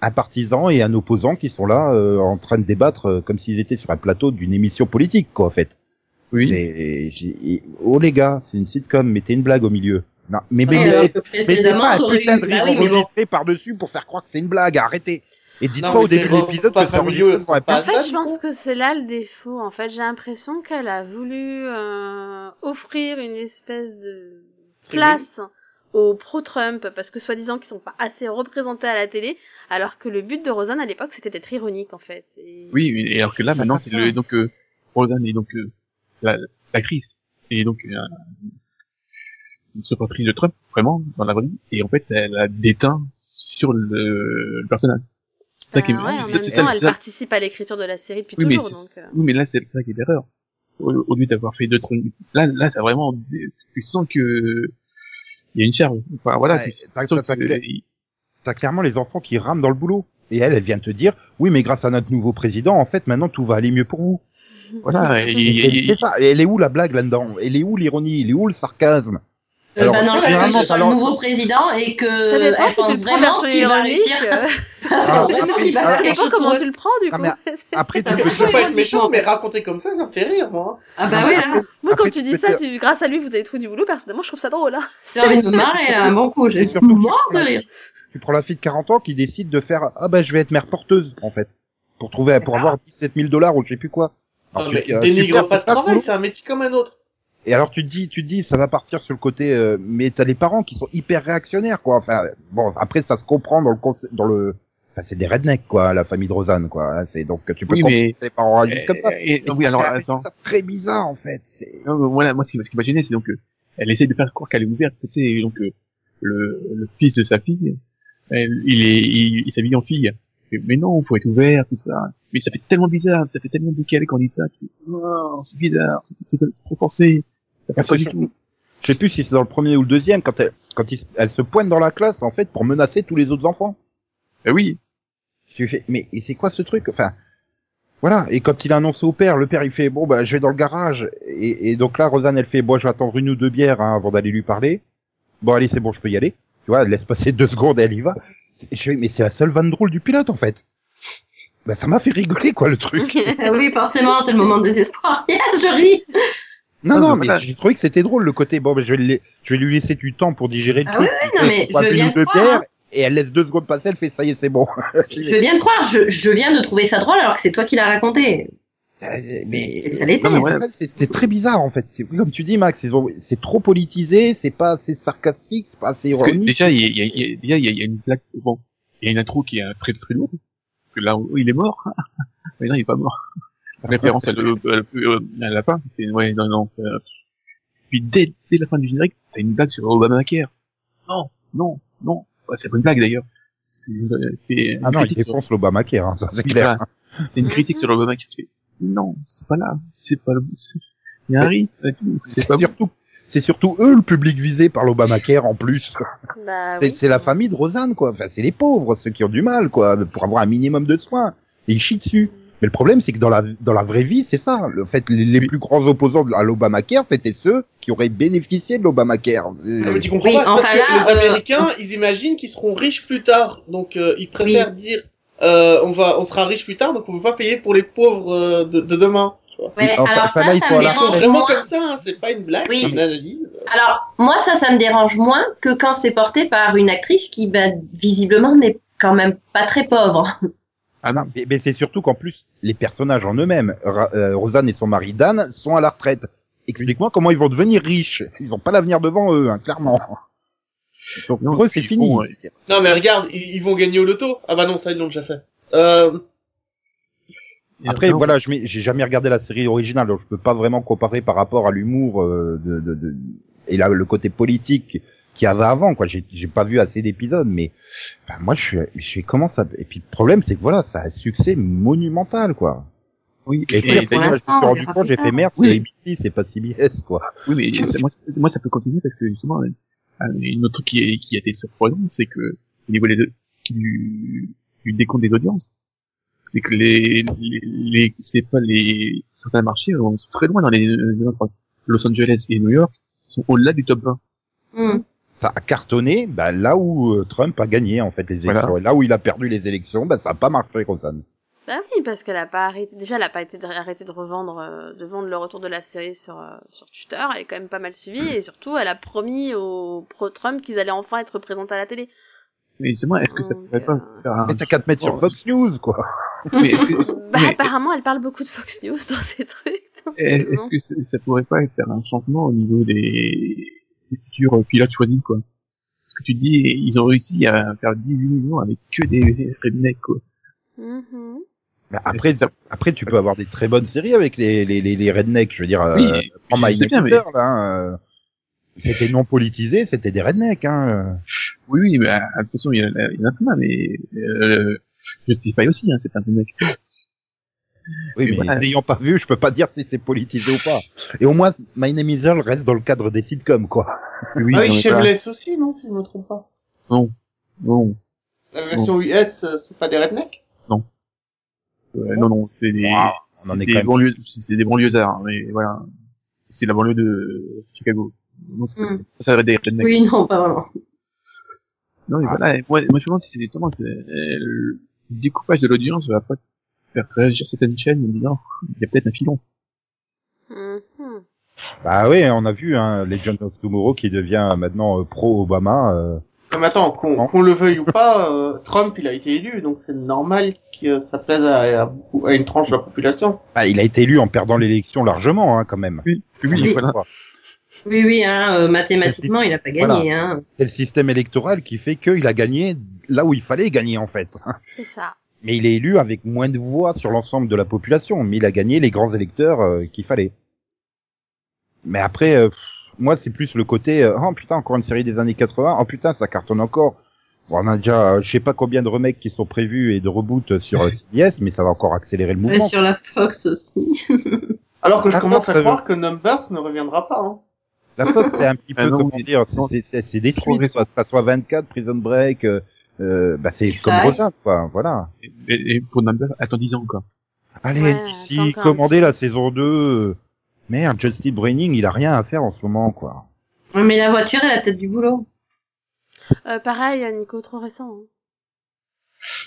A: un partisan et un opposant qui sont là euh, en train de débattre euh, comme s'ils étaient sur un plateau d'une émission politique, quoi, en fait.
D: oui.
A: C'est- j'ai- et- oh les gars, c'est une sitcom, mettez une blague au milieu. Non, mais
B: Ouais,
A: mettez,
B: alors que
A: mettez
B: euh, précédemment,
A: pas un
B: t'aurais
A: putain
B: eu-
A: de
B: Bah
A: rire
B: oui, mais bon.
A: enregistré par-dessus pour faire croire que c'est une blague. Arrêtez. Et dites
E: Non,
A: pas
E: mais
A: au début
E: c'est
A: de l'épisode
E: pas
A: que c'est
E: familier,
A: enregistré pour un
E: c'est
A: plat.
E: pas-
C: En fait,
E: ça,
C: je
E: Bah, du
C: pense
E: coup
C: que c'est là le défaut. En fait, j'ai l'impression qu'elle a voulu euh, offrir une espèce de place aux pro-Trump parce que soi-disant qu'ils sont pas assez représentés à la télé, alors que le but de Rosanne à l'époque c'était d'être ironique en fait. Et-
D: Oui, mais- et alors que là, maintenant, c'est le donc euh, Rosanne et donc euh, la, la crise et donc euh, une supportrice de Trump vraiment dans la vraie vie. Et en fait, elle a déteint sur le, le personnage. C'est ça qui est,
C: Bah ouais,
D: c'est-
C: en
D: c'est-
C: même
D: c'est
C: temps,
D: ça-
C: elle
D: c'est ça-
C: participe à l'écriture de la série depuis
D: oui, mais
C: toujours, donc.
D: c'est-
C: euh,
D: oui, mais là, c'est ça qui est l'erreur. Au, au lieu d'avoir fait deux, trois, là, là, ça vraiment, tu sens que, il y a une charge. Enfin, voilà,
A: Ouais,
D: tu
A: t'as-
D: sens
A: t'as-
D: que-
A: t'as-
D: il-
A: T'as clairement les enfants qui rament dans le boulot. Et elle, elle vient te dire, oui, mais grâce à notre nouveau président, en fait, maintenant tout va aller mieux pour vous.
D: voilà,
C: Mmh.
D: il- il-
A: Et
D: il-
A: c'est ça. Et elle est où la blague là-dedans Elle est où l'ironie Elle est où le sarcasme
B: Euh,
A: Alors,
B: bah non,
E: généralement,
B: que ce soit
A: alors-
B: le nouveau président et que
C: Ça dépend
B: Euh, elle
C: si tu
B: pense
C: le prends version
B: vraiment qu'il va
C: ironique.
B: réussir. Ah,
C: euh,
A: Alors,
B: Vraiment
A: après-
B: qu'il va
A: alors-
C: Ça
B: faire quelque
C: dépend
B: chose
C: comment
B: pour eux.
C: tu le prends, du
A: Ah,
C: coup.
A: après,
C: Ça
A: tu
C: dépend.
A: peux-
E: Je veux pas être
B: ironique, en
E: méchant, mais
B: fait.
E: raconter comme ça, ça me fait rire, moi.
B: Ah bah
A: Non,
B: oui,
A: mais
B: là,
C: Moi,
A: Après,
C: quand tu
A: tu
C: dis
A: peux
C: ça,
A: faire-
C: tu- grâce à lui, vous avez trouvé du boulot. Personnellement, je trouve ça drôle. hein.
B: c'est envie de me marrer là, un bon coup,
A: Et
B: j'ai
A: surtout, tu
B: mort
A: prends
B: de
A: la-
B: rire.
A: Tu prends la fille de 40 ans qui décide de faire, ah bah je vais être mère porteuse, en fait. Pour trouver, pour avoir 17 000 dollars ou je sais plus quoi. Alors,
E: Non,
A: tu
E: mais
A: te dis, ah,
E: dénigre
A: super,
E: pas
A: c'est
E: ce
A: cool.
E: travail, c'est un métier comme un autre.
A: Et alors tu te dis, tu te dis, ça va partir sur le côté, euh, mais t'as les parents qui sont hyper réactionnaires, quoi. Enfin, bon, après ça se comprend dans le conce- dans le, enfin, c'est des rednecks, quoi, la famille de Rosanne, quoi. Hein, C'est donc tu peux
D: Oui,
A: comprendre
D: mais-
A: que les parents réagissent comme ça.
D: et-
A: Mais
D: oui,
A: ça
D: alors,
A: fait un
D: attends.
A: résultat très bizarre en fait. C'est-
D: Non, mais voilà, moi, ce qui ce qui m'a gêné, c'est donc, euh, elle essaie de faire croire qu'elle est ouverte, tu sais, et donc, euh, le, le fils de sa fille, elle- il est, il, il s'habille en fille. Et, mais non, faut être ouvert, tout ça. Mais ça fait tellement bizarre, ça fait tellement décalé quand on dit ça, tu fais,
E: Ah,
D: non, c'est bizarre, c'est, c'est, c'est trop forcé. Ça
A: Ah,
D: passe
A: C'est
D: pas du
A: surtout-
D: tout.
A: Je sais plus si c'est dans le premier ou le deuxième quand elle, quand il se- elle se pointe dans la classe en fait pour menacer tous les autres enfants.
D: Eh oui.
A: Tu fais, mais et c'est quoi ce truc Enfin, voilà. Et quand il annonce au père, le père il fait, bon bah je vais dans le garage. Et, et donc là, Rosanne elle fait, bon je vais attendre une ou deux bières hein, avant d'aller lui parler. Bon allez, c'est bon, je peux y aller. Tu vois, elle laisse passer deux secondes et elle y va. C'est- Je fais, mais c'est la seule vanne drôle du pilote en fait. Bah ça m'a fait rigoler quoi le truc.
B: Ah oui, forcément, c'est le moment de désespoir. Yes, je ris.
A: Non,
D: Ah,
A: non,
D: bah,
A: mais
D: voilà.
A: j'ai trouvé que c'était drôle le côté. Bon, ben, je, vais le- je vais lui laisser du temps pour digérer le
B: Ah
A: truc.
B: oui, non,
A: Et
B: mais
A: il faut
B: je
A: appeler
B: viens
A: une
B: de
A: deux
B: croire,
A: bières,
B: hein.
A: Et elle laisse deux secondes passer, elle fait ça y est, c'est bon.
B: Je viens de croire, je, je viens de trouver ça drôle alors que c'est toi qui l'as raconté.
A: Euh, mais
B: Ça l'était.
A: non, mais
D: Ouais.
A: voilà, c'est c'est très bizarre en fait. C'est- Comme tu dis, Max, ils ont- c'est trop politisé, c'est pas assez sarcastique, c'est pas assez
D: Parce que
A: ironique.
D: déjà, il y a, il y a- il y a- déjà, il y a- il y a une blague, bon, il y a une intro qui est euh, très très lourde. Parce que là, où il est mort. mais non, il est pas mort. Référence à le, à le, à euh, la fin. C'est- Ouais, non, non. euh, Puis dès, dès la fin du générique, t'as une blague sur Obamacare. Non, non, non. Ouais, c'est pas une blague d'ailleurs. C'est euh, c'est une
A: Ah non, il
D: critique sur-
A: défonce l'Obamacare, hein, ça c'est
D: Oui,
A: clair. hein.
D: voilà. C'est une critique sur Obamacare. Tu fais, Non, c'est pas là. C'est pas le. c'est- Il y a un risque. euh, tout, C'est
A: C'est
D: pas bon.
A: surtout, c'est surtout eux le public visé par l'Obamacare en plus.
B: Ah
C: Bah,
A: C'est
C: oui.
A: c'est la famille de Rosanne, quoi. Enfin, c'est les pauvres, ceux qui ont du mal, quoi, pour avoir un minimum de soins. Et ils chient dessus. Mais le problème, c'est que dans la, dans la vraie vie, c'est ça. Le fait, les, les plus grands opposants à l'Obamacare, c'était ceux qui auraient bénéficié de l'Obamacare.
E: Non, mais tu comprends
B: Ah Oui,
E: pas, c'est
B: enfin
E: parce que
B: là, euh,
E: les Américains, ils imaginent qu'ils seront riches plus tard, donc euh, ils préfèrent dire euh, on va, on sera riche plus tard, donc on peut pas payer pour les pauvres euh, de, de demain.
B: Ouais,
A: enfin,
B: alors ça,
A: là, il
B: ça
A: faut
B: me
A: aller-
E: Ils sont
B: dérange
E: vraiment
B: moins.
E: comme ça, hein, c'est pas une blague,
B: Oui.
E: c'est une analyse.
B: Alors, moi, ça, ça me dérange moins que quand c'est porté par une actrice qui, ben, visiblement, n'est quand même pas très pauvre.
A: Ah non, mais, mais c'est surtout qu'en plus, les personnages en eux-mêmes, Ra- euh, Rosanne et son mari Dan, sont à la retraite. Explique-moi comment ils vont devenir riches. Ils n'ont pas l'avenir devant eux, hein, clairement. Donc
D: Non,
A: pour eux, c'est
D: puis
A: fini.
D: bon, ouais.
E: Non, mais regarde, ils, ils vont gagner au loto. Ah bah non, ça ils l'ont déjà fait. Euh,
D: Et
A: Après,
D: alors,
A: voilà, je m'ai- j'ai jamais regardé la série originale, donc je peux pas vraiment comparer par rapport à l'humour euh, de, de- de- et là le côté politique qu'il y avait avant. Quoi, j'ai j'ai pas vu assez d'épisodes, mais ben, moi, je suis, je suis comment ça Et puis le problème, c'est que voilà, ça a un succès monumental, quoi.
D: Oui,
A: Et
D: et-
A: pire,
D: et
A: c'est que je me suis
B: l'instant, on
A: rendu
B: verra
A: compte,
B: plus
A: j'ai fait
B: tard.
A: merde,
D: Oui.
A: c'est ABC, c'est pas CBS, quoi.
D: Oui, mais ça- moi, ça- moi, ça peut continuer parce que justement, euh, euh, une autre truc qui, est, qui a été surprenant, c'est que au niveau des deux- qui- du, du décompte des audiences, c'est que les, les, les- c'est pas les certains marchés euh, sont très loin dans les, les autres. Los Angeles et New York sont au-delà du top 20.
B: Hmm.
A: Ça a cartonné, ben, là où euh, Trump a gagné en fait les élections,
D: Voilà.
A: et là où il a perdu les élections, ben, ça a pas marché, Rosanne.
C: Bah oui, parce qu'elle a pas arrêté. Déjà, elle a pas été de- arrêtée de revendre, euh, de vendre le retour de la série sur euh, sur Twitter. Elle est quand même pas mal suivie et surtout, elle a promis aux pro Trump qu'ils allaient enfin être présentés à la télé.
D: Mais justement, est-ce que ça
C: Donc,
D: pourrait pas
C: euh,
D: faire un...
A: Mais t'as qu'à te mettre
D: Oh.
A: sur Fox News, quoi.
D: Mais est-ce que,
C: Bah
D: Euh, mais Eh,
C: apparemment, elle parle beaucoup de Fox News dans ces trucs. donc,
D: est-ce
C: non.
D: que ça, ça pourrait pas faire un changement au niveau des, des futurs euh, pilotes choisis, quoi Parce que tu te dis, ils ont réussi à faire 18 millions avec que des rednecks, quoi.
C: Mhm.
A: Ben, après,
D: Est-ce que ça-
A: Après, tu peux avoir des très bonnes séries avec les, les, les, les rednecks, je veux dire.
D: Oui,
A: euh, prends
D: je
A: My
D: sais bien, mais-
A: Hunter, là. hein, euh, C'était non politisé, c'était des rednecks, hein.
D: Oui, oui, mais euh, de toute façon, il y, en a- il y en a plein, mais euh, Justify aussi, hein, c'est un bon mec.
A: Oui,
D: Et
A: mais
D: voilà.
A: n'ayant pas vu, je peux pas dire si c'est politisé ou pas. Et au moins, My Name is Earl reste dans le cadre des sitcoms, quoi.
D: Oui,
E: ah oui,
D: non, mais voilà.
E: Shameless aussi, non, si je me trompe pas.
D: Bon,
E: La version US, euh, c'est pas des rednecks
D: euh, non, non, c'est des,
A: On en
D: c'est
A: est
D: des
A: quand même.
D: banlieues, c'est des banlieusards, mais voilà. C'est la banlieue de Chicago. Non, c'est pas
B: Mm.
D: ça. Ça va être des rednecks.
B: Oui, non, pas vraiment.
D: Non, mais voilà, et moi, moi je me demande si c'est justement c'est, euh, le découpage de l'audience va pas faire réagir certaines chaînes en disant il y a peut-être un filon.
C: Mhm.
A: Bah oui, on a vu, hein, Legend of Tomorrow qui devient maintenant euh, pro-Obama. euh,
E: Non, mais attends, qu'on
A: Non.
E: qu'on le veuille ou pas, euh, Trump, il a été élu, donc c'est normal que ça plaise à, à, beaucoup- à une tranche de la population.
A: Bah, il a été élu en perdant l'élection largement, hein, quand même.
D: Oui,
B: Oui.
D: voilà.
B: Oui, oui, hein, euh, mathématiquement, il a pas gagné. Hein.
A: C'est le système électoral qui fait qu'il a gagné là où il fallait gagner, en fait.
C: C'est ça.
A: Mais il est élu avec moins de voix sur l'ensemble de la population, mais il a gagné les grands électeurs euh, qu'il fallait. Mais après, euh, pff, moi, c'est plus le côté euh, oh putain encore une série des années 80, oh putain ça cartonne encore. Bon, on a déjà, euh, je sais pas combien de remakes qui sont prévus et de reboots sur euh, CBS, mais ça va encore accélérer le
B: Ouais,
A: mouvement.
B: sur la Fox aussi.
E: Alors que je
A: Ah,
E: commence
A: non,
E: à
A: ça
E: croire que Numbers ne reviendra pas. Hein.
A: La Fox, c'est un petit
D: Ah
A: peu
D: non,
A: comment
D: mais-
A: dire, c'est-
D: non,
A: c'est- c'est c'est des
D: trop
A: suites,
D: récent.
A: quoi, que ça soit 24, Prison Break, euh, euh, bah c'est
B: Ça
A: comme
B: reste.
A: Rosa, quoi, voilà.
D: Et, et- et pour Number, attends 10 ans encore.
A: Allez,
C: Ouais,
A: NBC,
C: attends encore un
A: commandez la saison 2. Merde, Justin Braining, il a rien à faire en ce moment, quoi.
B: Ouais, Mais la voiture est la tête du boulot.
C: Euh, pareil, euh, Nico, trop récent. hein.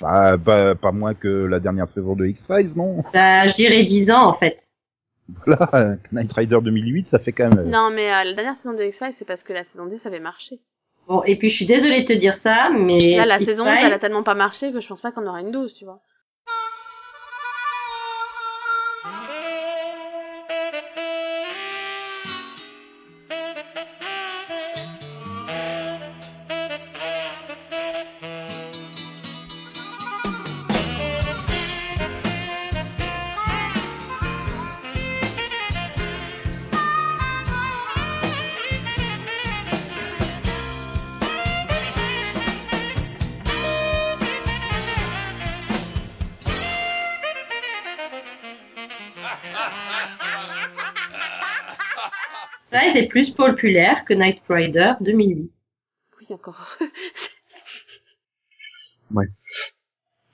A: Bah, bah, pas moins que la dernière saison de X-Files, non
B: Bah, je dirais 10 ans en fait.
A: Voilà, euh, Knight Rider 2008, ça fait quand même... euh,
C: Non, mais euh, la dernière saison de X-Files, c'est parce que la saison 10 avait marché.
B: Bon, et puis je suis désolée de te dire ça, mais
C: Là, la
B: X-Files-
C: saison 11, elle a tellement pas marché que je pense pas qu'on aura une 12, tu vois.
B: X-Files est plus populaire que Night Rider 2008.
C: Oui, encore.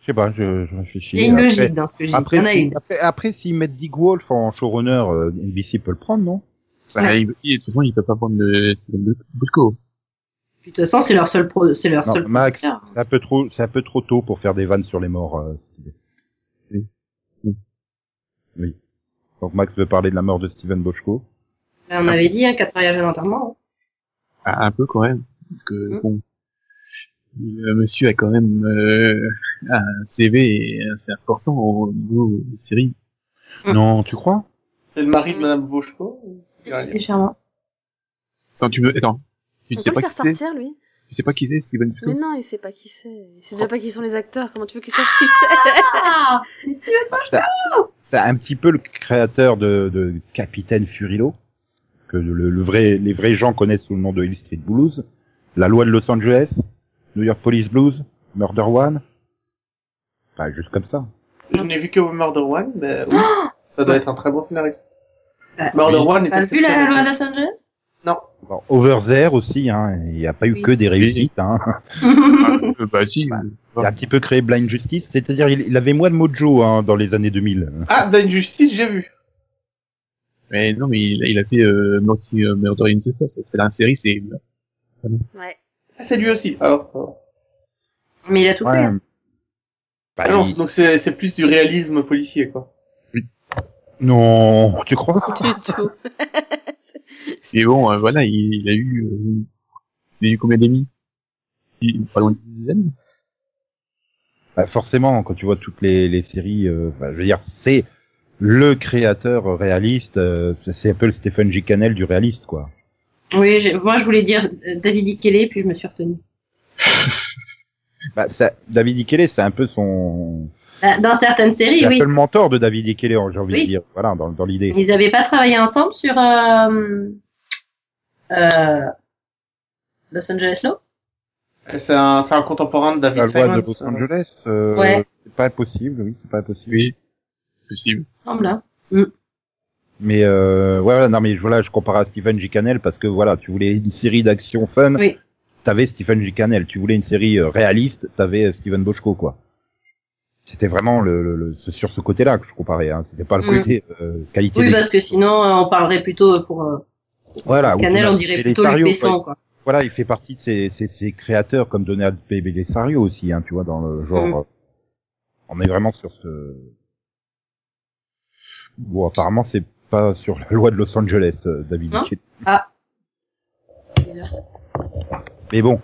A: Je sais pas, je, je réfléchis.
B: Il y a une
A: Après-
B: logique dans ce que j'ai dit. Il y
A: Après,
B: en a
A: si-
B: une.
A: après, après, s'ils mettent Dick Wolf en showrunner, euh, NBC peut le prendre, non
D: Bah, il- il- de toute façon, il peut pas prendre le Steven Bul- Bulko.
B: Puis, De toute façon, c'est leur seul pro, c'est leur
A: Non,
B: seul.
A: Max,
B: producteur.
A: c'est un peu trop, c'est un peu trop tôt pour faire des vannes sur les morts. euh, Steven.
D: Oui. Oui.
A: Oui. Donc Max veut parler de la mort de Steven Bochco.
B: Là, on avait dit hein, quatre mariages et un enterrement.
D: Ah, un peu quand même, parce que
B: Mm.
D: bon, le monsieur a quand même euh, un CV assez important au niveau série.
B: Mm.
A: Non, tu crois
E: C'est le mari de Madame Bochco. ou- j'ai rien dit.
B: C'est charmant.
D: Attends, tu me, attends, tu
C: On
D: sais
C: peut
D: pas
C: le faire
D: qui c'est,
C: sortir, lui
D: tu sais pas qui c'est Steven Bulko.
C: Mais non, il sait pas qui c'est. Il sait déjà pas qui sont les acteurs. Comment tu veux qu'il sache qui c'est
B: Ah, mais c'est
A: C'est un petit peu le créateur de, de Capitaine Furilo, que le, le vrai, les vrais gens connaissent sous le nom de Hill Street Blues, La Loi de Los Angeles, New York Police Blues, Murder One. Enfin, juste comme ça.
E: Je n'ai vu que Murder One, mais oui, ça doit être un très bon scénariste.
B: Bah,
E: Murder
A: oui.
E: One est
B: T'as vu la
E: exceptionnel.
B: loi de Los Angeles
E: Non.
A: Bon, Over There aussi, hein. Il n'y a pas eu
B: Oui.
A: que des réussites, hein.
D: Ah, euh, bah si, euh,
A: Il a un petit peu créé Blind Justice, c'est-à-dire il, il avait moins de mojo hein, dans les années 2000.
E: Ah, Ben Justice, j'ai vu.
D: mais non, mais il, il a fait euh, Morty, euh, Murder in the First. C'est la série, c'est
C: Ouais.
E: Ah, c'est lui aussi. Alors, euh,
B: Mais il a tout fait. hein.
A: Bah,
E: ah non,
A: il-
E: donc c'est c'est plus du réalisme policier, quoi.
A: non, tu crois
C: Du tout.
D: Mais bon, euh, voilà, il, il a eu, euh, il a eu combien d'émis Il- Pas loin d'une dizaine.
A: Bah, Forcément, quand tu vois toutes les, les séries, euh, bah, je veux dire, c'est le créateur réaliste, euh, c'est un peu le Stephen G. Cannell du réaliste, quoi.
B: Oui, j'ai- moi je voulais dire euh, David Ikele, puis je me suis retenue.
A: Bah, ça, David Ikele, c'est un peu son...
B: Bah, Dans certaines
A: C'est
B: séries,
A: un
B: oui.
A: peu le mentor de David Ikele, j'ai envie
B: Oui.
A: de dire, voilà, dans, dans l'idée.
B: Ils n'avaient pas travaillé ensemble sur euh, euh, Los Angeles Law
E: Et C'est un, c'est un contemporain de
A: La
E: David
A: loi de
E: Simon.
A: Los
E: ça.
A: Angeles, euh,
B: Ouais.
A: c'est pas possible, oui, c'est pas possible.
D: Oui. Possible.
B: semble, hein.
A: Mais euh, ouais, voilà, non, mais voilà, je compare à Stephen G. Cannell parce que voilà, tu voulais une série d'action fun,
B: Oui.
A: t'avais Stephen G. Cannell. Tu voulais une série euh, réaliste, t'avais euh, Steven Bochco, quoi. C'était vraiment le, le- le- ce- sur ce côté-là que je comparais. Hein. C'était pas le
B: Mm.
A: côté euh, qualité.
B: Oui,
A: des-
B: parce que sinon, euh, on parlerait plutôt pour euh,
A: voilà, où
B: Canel,
A: tu
B: on
A: as
B: dirait
A: les
B: plutôt Luc
A: Tarios,
B: Besson, quoi.
A: voilà, il fait partie de ces, ces, ces créateurs comme Donald P. Belisario aussi, hein, tu vois, dans le genre.
C: Mm.
B: Mhm.
A: euh, On est vraiment sur ce. Bon, apparemment, c'est pas sur la loi de Los Angeles, euh, David.
C: Hein
B: Non
A: Icke.
B: Ah.
A: Mais bon.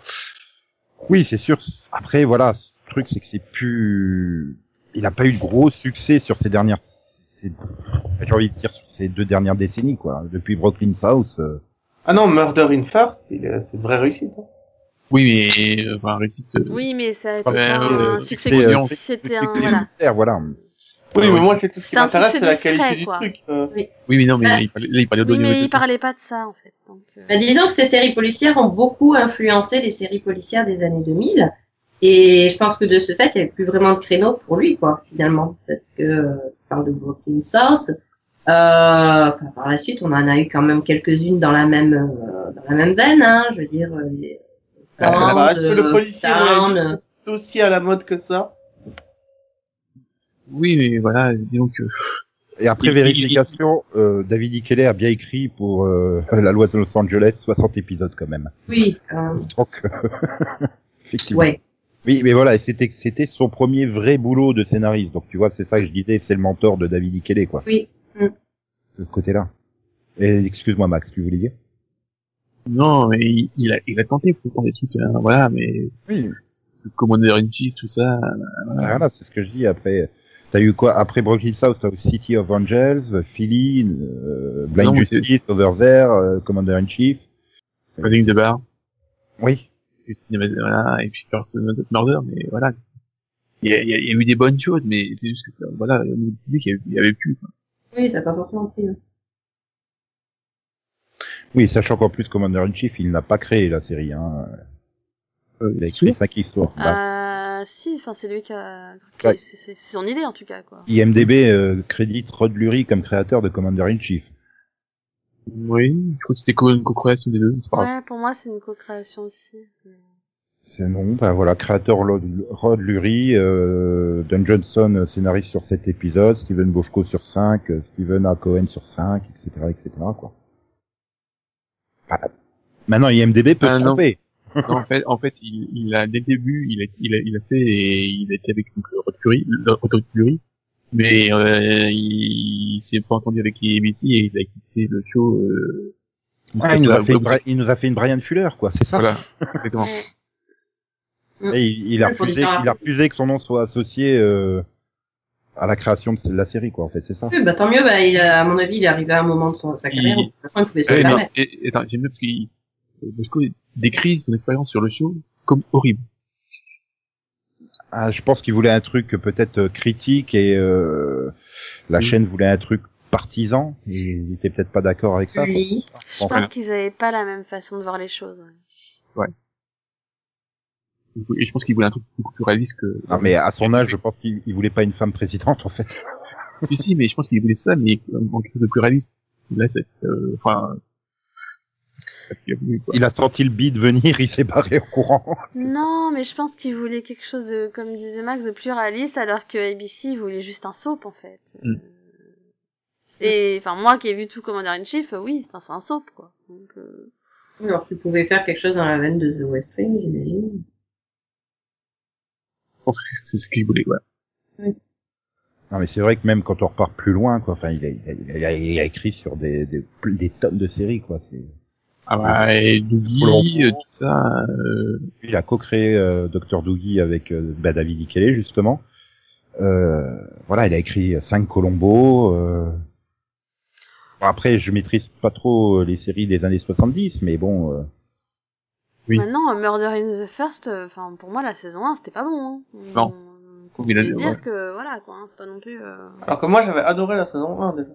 A: Oui, c'est sûr. c- Après, voilà, ce truc, c'est que c'est plus. Il n'a pas eu de gros succès sur ces dernières. ces- J'ai envie de dire sur ces deux dernières décennies, quoi. Depuis Brooklyn South. euh,
E: Ah non, Murder in First, il est- c'est une vraie réussite. hein.
D: Oui, mais, euh, enfin, réussite, euh,
C: Oui, mais ça a été
A: Parce
D: que,
C: un
D: euh,
C: succès
A: c'est,
D: euh,
C: con-
A: c'est-
C: C'était
A: c'est
C: un.
A: que les
C: Voilà.
A: militaires, voilà.
E: Oui,
A: Ah
D: Ouais,
E: mais moi, c'est tout ce qui
C: C'est un
E: m'intéresse,
C: succès
E: c'est la
C: discret,
E: qualité du
C: quoi.
E: truc. euh.
D: oui, mais non, mais
B: Ah.
D: il, parlait- là, il parlait
C: Bah, Oui,
D: d'audio.
C: mais il parlait pas de ça, en fait. Donc, euh,
B: Bah, disons que ces séries policières ont beaucoup influencé les séries policières des années 2000. Et je pense que de ce fait, il n'y avait plus vraiment de créneau pour lui, quoi, finalement. Parce que, euh, je parle de Brooklyn South. Euh, enfin, par la suite, on en a eu quand même quelques-unes dans la même, euh, dans la même veine, hein. Je veux dire, euh, les...
E: bah, est-ce que le
B: euh,
E: policier
B: Town, euh,
E: réaliste C'est aussi à la mode que ça.
D: Oui, mais voilà, euh, disons que,
A: Et après
D: Il-
A: vérification, euh, David Ikeller a bien écrit pour euh, la loi de Los Angeles 60 épisodes quand même.
B: Oui, euh,
A: Donc, euh, effectivement.
B: ouais.
A: Oui, mais voilà, et c'était c'était son premier vrai boulot de scénariste. Donc tu vois, c'est ça que je disais, c'est le mentor de David Ikele, quoi.
B: Oui. Mm.
A: De ce côté-là. Et excuse-moi Max, tu voulais dire
D: non, mais il, il a, il a tenté pourtant des trucs, hein, voilà, mais,
A: Oui.
D: Commander in Chief, tout ça,
A: Ah, Voilà, c'est ce que je dis. Après, t'as eu quoi Après Brooklyn South, t'as eu City of Angels, Philly, euh, Blind
D: Non, mais c'est-
A: Justice, Over There, euh, Commander in Chief.
D: Running the Bar,
A: Oui.
D: du cinéma, voilà, et puis Person Not Murder, mais voilà. c'est- Il y, a, il y a- il y a eu des bonnes choses, mais c'est juste que, voilà, au niveau du public, il y avait- il y avait plus, quoi.
B: Oui, ça n'a pas forcément pris. hein.
A: Oui, sachant qu'en plus Commander in Chief, il n'a pas créé la série. Hein.
D: Euh,
A: Il a écrit cinq histoires. Bah,
C: euh, si, enfin, c'est lui qui a. qui-
A: Ouais.
C: c'est- C'est c'est son idée, en tout cas, quoi.
A: IMDb euh, crédite Rod Lurie comme créateur de Commander in Chief.
D: Oui, je crois que c'était co- une co-création des deux, c'est pas grave.
C: Ouais, pour moi, c'est une co-création aussi.
A: C'est non, bah voilà, créateur Rod Rod Lurie, euh, Don Johnson euh, scénariste sur sept épisodes, Steven Boschko sur 5, Steven A. Cohen sur 5, etc., etc. Quoi. Ah, maintenant IMDb peut
D: Ah,
A: se
D: non.
A: tromper.
D: Non, en fait, en fait, il, il a dès le début, il a, il a, il a fait, et il a été avec donc, euh, Rod Curry, le- Rod Curry, mais euh, il, il s'est pas entendu avec ABC et il a quitté le show. Euh,
A: Ah, il, nous a fait une
D: Voilà.
A: Bri- il nous a fait une Brian Fuller, quoi, c'est ça.
D: Voilà, exactement.
A: Et il, il a
B: Ouais, pour
A: refusé,
B: dire un-
A: il a refusé que son nom soit associé euh, à la création de la série, quoi, en fait, c'est ça.
B: Oui, bah, tant mieux, bah, il a- à mon avis, il est arrivé à un moment de son- sa carrière. où, De toute façon, il pouvait se le
D: Ouais,
B: permettre.
D: mais, et, et, attends, j'aime bien parce qu'il euh, Bosco décrit son expérience sur le show comme horrible.
A: Ah, je pense qu'il voulait un truc euh, peut-être euh, critique et euh, la
D: Oui.
A: chaîne voulait un truc partisan et ils étaient peut-être pas d'accord avec ça.
B: Plus
A: quoi.
B: lisse.
C: Je
A: Bon,
C: pense
A: voilà.
C: qu'ils avaient pas la même façon de voir les choses. ouais.
D: Du coup, Et je pense qu'il voulait un truc beaucoup plus réaliste que.
A: Non, mais à son âge, je pense qu'il il voulait pas une femme présidente en fait.
D: Si, si, mais je pense qu'il voulait ça, mais en quelque chose de plus réaliste. Là, c'est, euh, enfin, parce que c'est pas ce qu'il a voulu, quoi.
A: Il a senti le bide venir, il s'est barré en courant.
C: Non, mais je pense qu'ils voulaient quelque chose de, comme disait Max, de plus réaliste, alors que ABC voulait juste un soap, en fait.
D: Mm.
C: Euh, Et, enfin, moi qui ai vu tout Commander in Chief, euh, oui, enfin, c'est un soap, quoi. Donc, euh,
B: Oui, Alors, tu pouvais faire quelque chose dans la veine de The West Wing, j'imagine.
D: Je pense que c'est- c'est ce qu'il voulait, voilà.
A: Non, mais c'est vrai que même quand on repart plus loin, quoi. Enfin, il a, il a- il a- il a écrit sur des, des, des tonnes de séries, quoi. C'est
D: Ah bah, et Dougie,
A: Colombo.
D: euh, tout ça, euh,
A: Il a co-créé euh, Dr Doogie avec euh, bah, David Ikele justement. Euh, voilà, il a écrit 5 Colombo. euh. Bon, après, je maîtrise pas trop euh, les séries des années 70, mais bon. euh,
D: Oui.
C: maintenant, euh, Murder in the First, euh, enfin, pour moi, la saison 1, c'était pas bon, hein.
D: Non.
C: On
D: Il a-
C: peut dire
D: ouais.
C: que, voilà, quoi, hein, c'est pas non plus, euh...
E: Alors que moi, j'avais adoré la saison 1 déjà.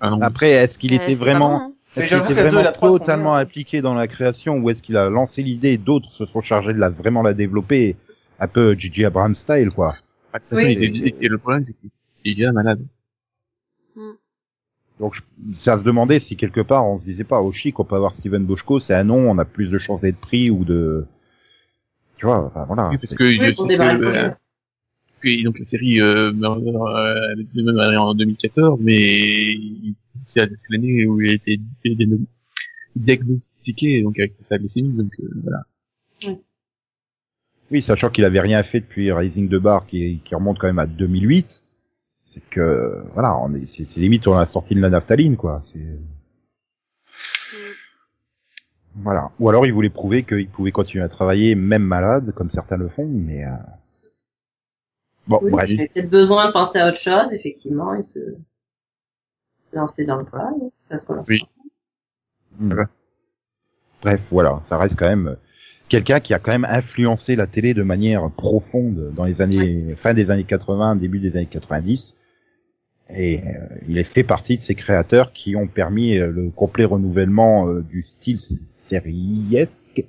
D: ah non,
A: Après, est-ce qu'il
C: euh,
A: était
C: c'était pas
A: vraiment
C: bon, hein.
E: Mais
A: Est-ce qu'il
E: j'avoue
A: était
E: que la deux et
A: vraiment
E: la trois sont
A: totalement
E: bien.
A: impliqué dans la création ou est-ce qu'il a lancé l'idée et d'autres se sont chargés de la vraiment la développer un peu Gigi Abrams style quoi.
D: Ah, de toute façon,
B: Oui.
D: il était- et le problème, c'est qu'il est déjà malade.
A: Donc je- c'est à se demander si quelque part on se disait pas au chic on peut avoir Steven Boschko c'est un nom on a plus de chances d'être pris ou de tu vois enfin, voilà.
D: Oui, parce
A: Ah, c'est-
D: que, je
B: Oui, pour
D: sais
B: démarrer le
D: que,
B: projet.
D: euh, puis donc la série euh, Murder euh, elle est même arrivée en 2014, mais il- c'est la- c'est l'année où il a été dé- dé- diagnostiqué donc avec sa glycémie, donc euh, voilà.
A: Oui, sachant qu'il avait rien fait depuis Rising de Bar qui, qui remonte quand même à 2008, c'est que voilà, on est c'est c'est limite on a sorti de la naphtaline quoi, c'est voilà. Ou alors il voulait prouver qu'il pouvait continuer à travailler même malade comme certains le font, mais euh, bon
B: Oui,
A: bref.
B: il avait peut-être besoin de penser à autre chose, effectivement, et se lancer dans le travail. hein, Ça se relance.
D: Oui.
A: Mm. Bref, voilà, ça reste quand même euh, quelqu'un qui a quand même influencé la télé de manière profonde dans les années fin des années 80, début des années 90. Et euh, il est fait partie de ces créateurs qui ont permis euh, le complet renouvellement euh, du style sériesque.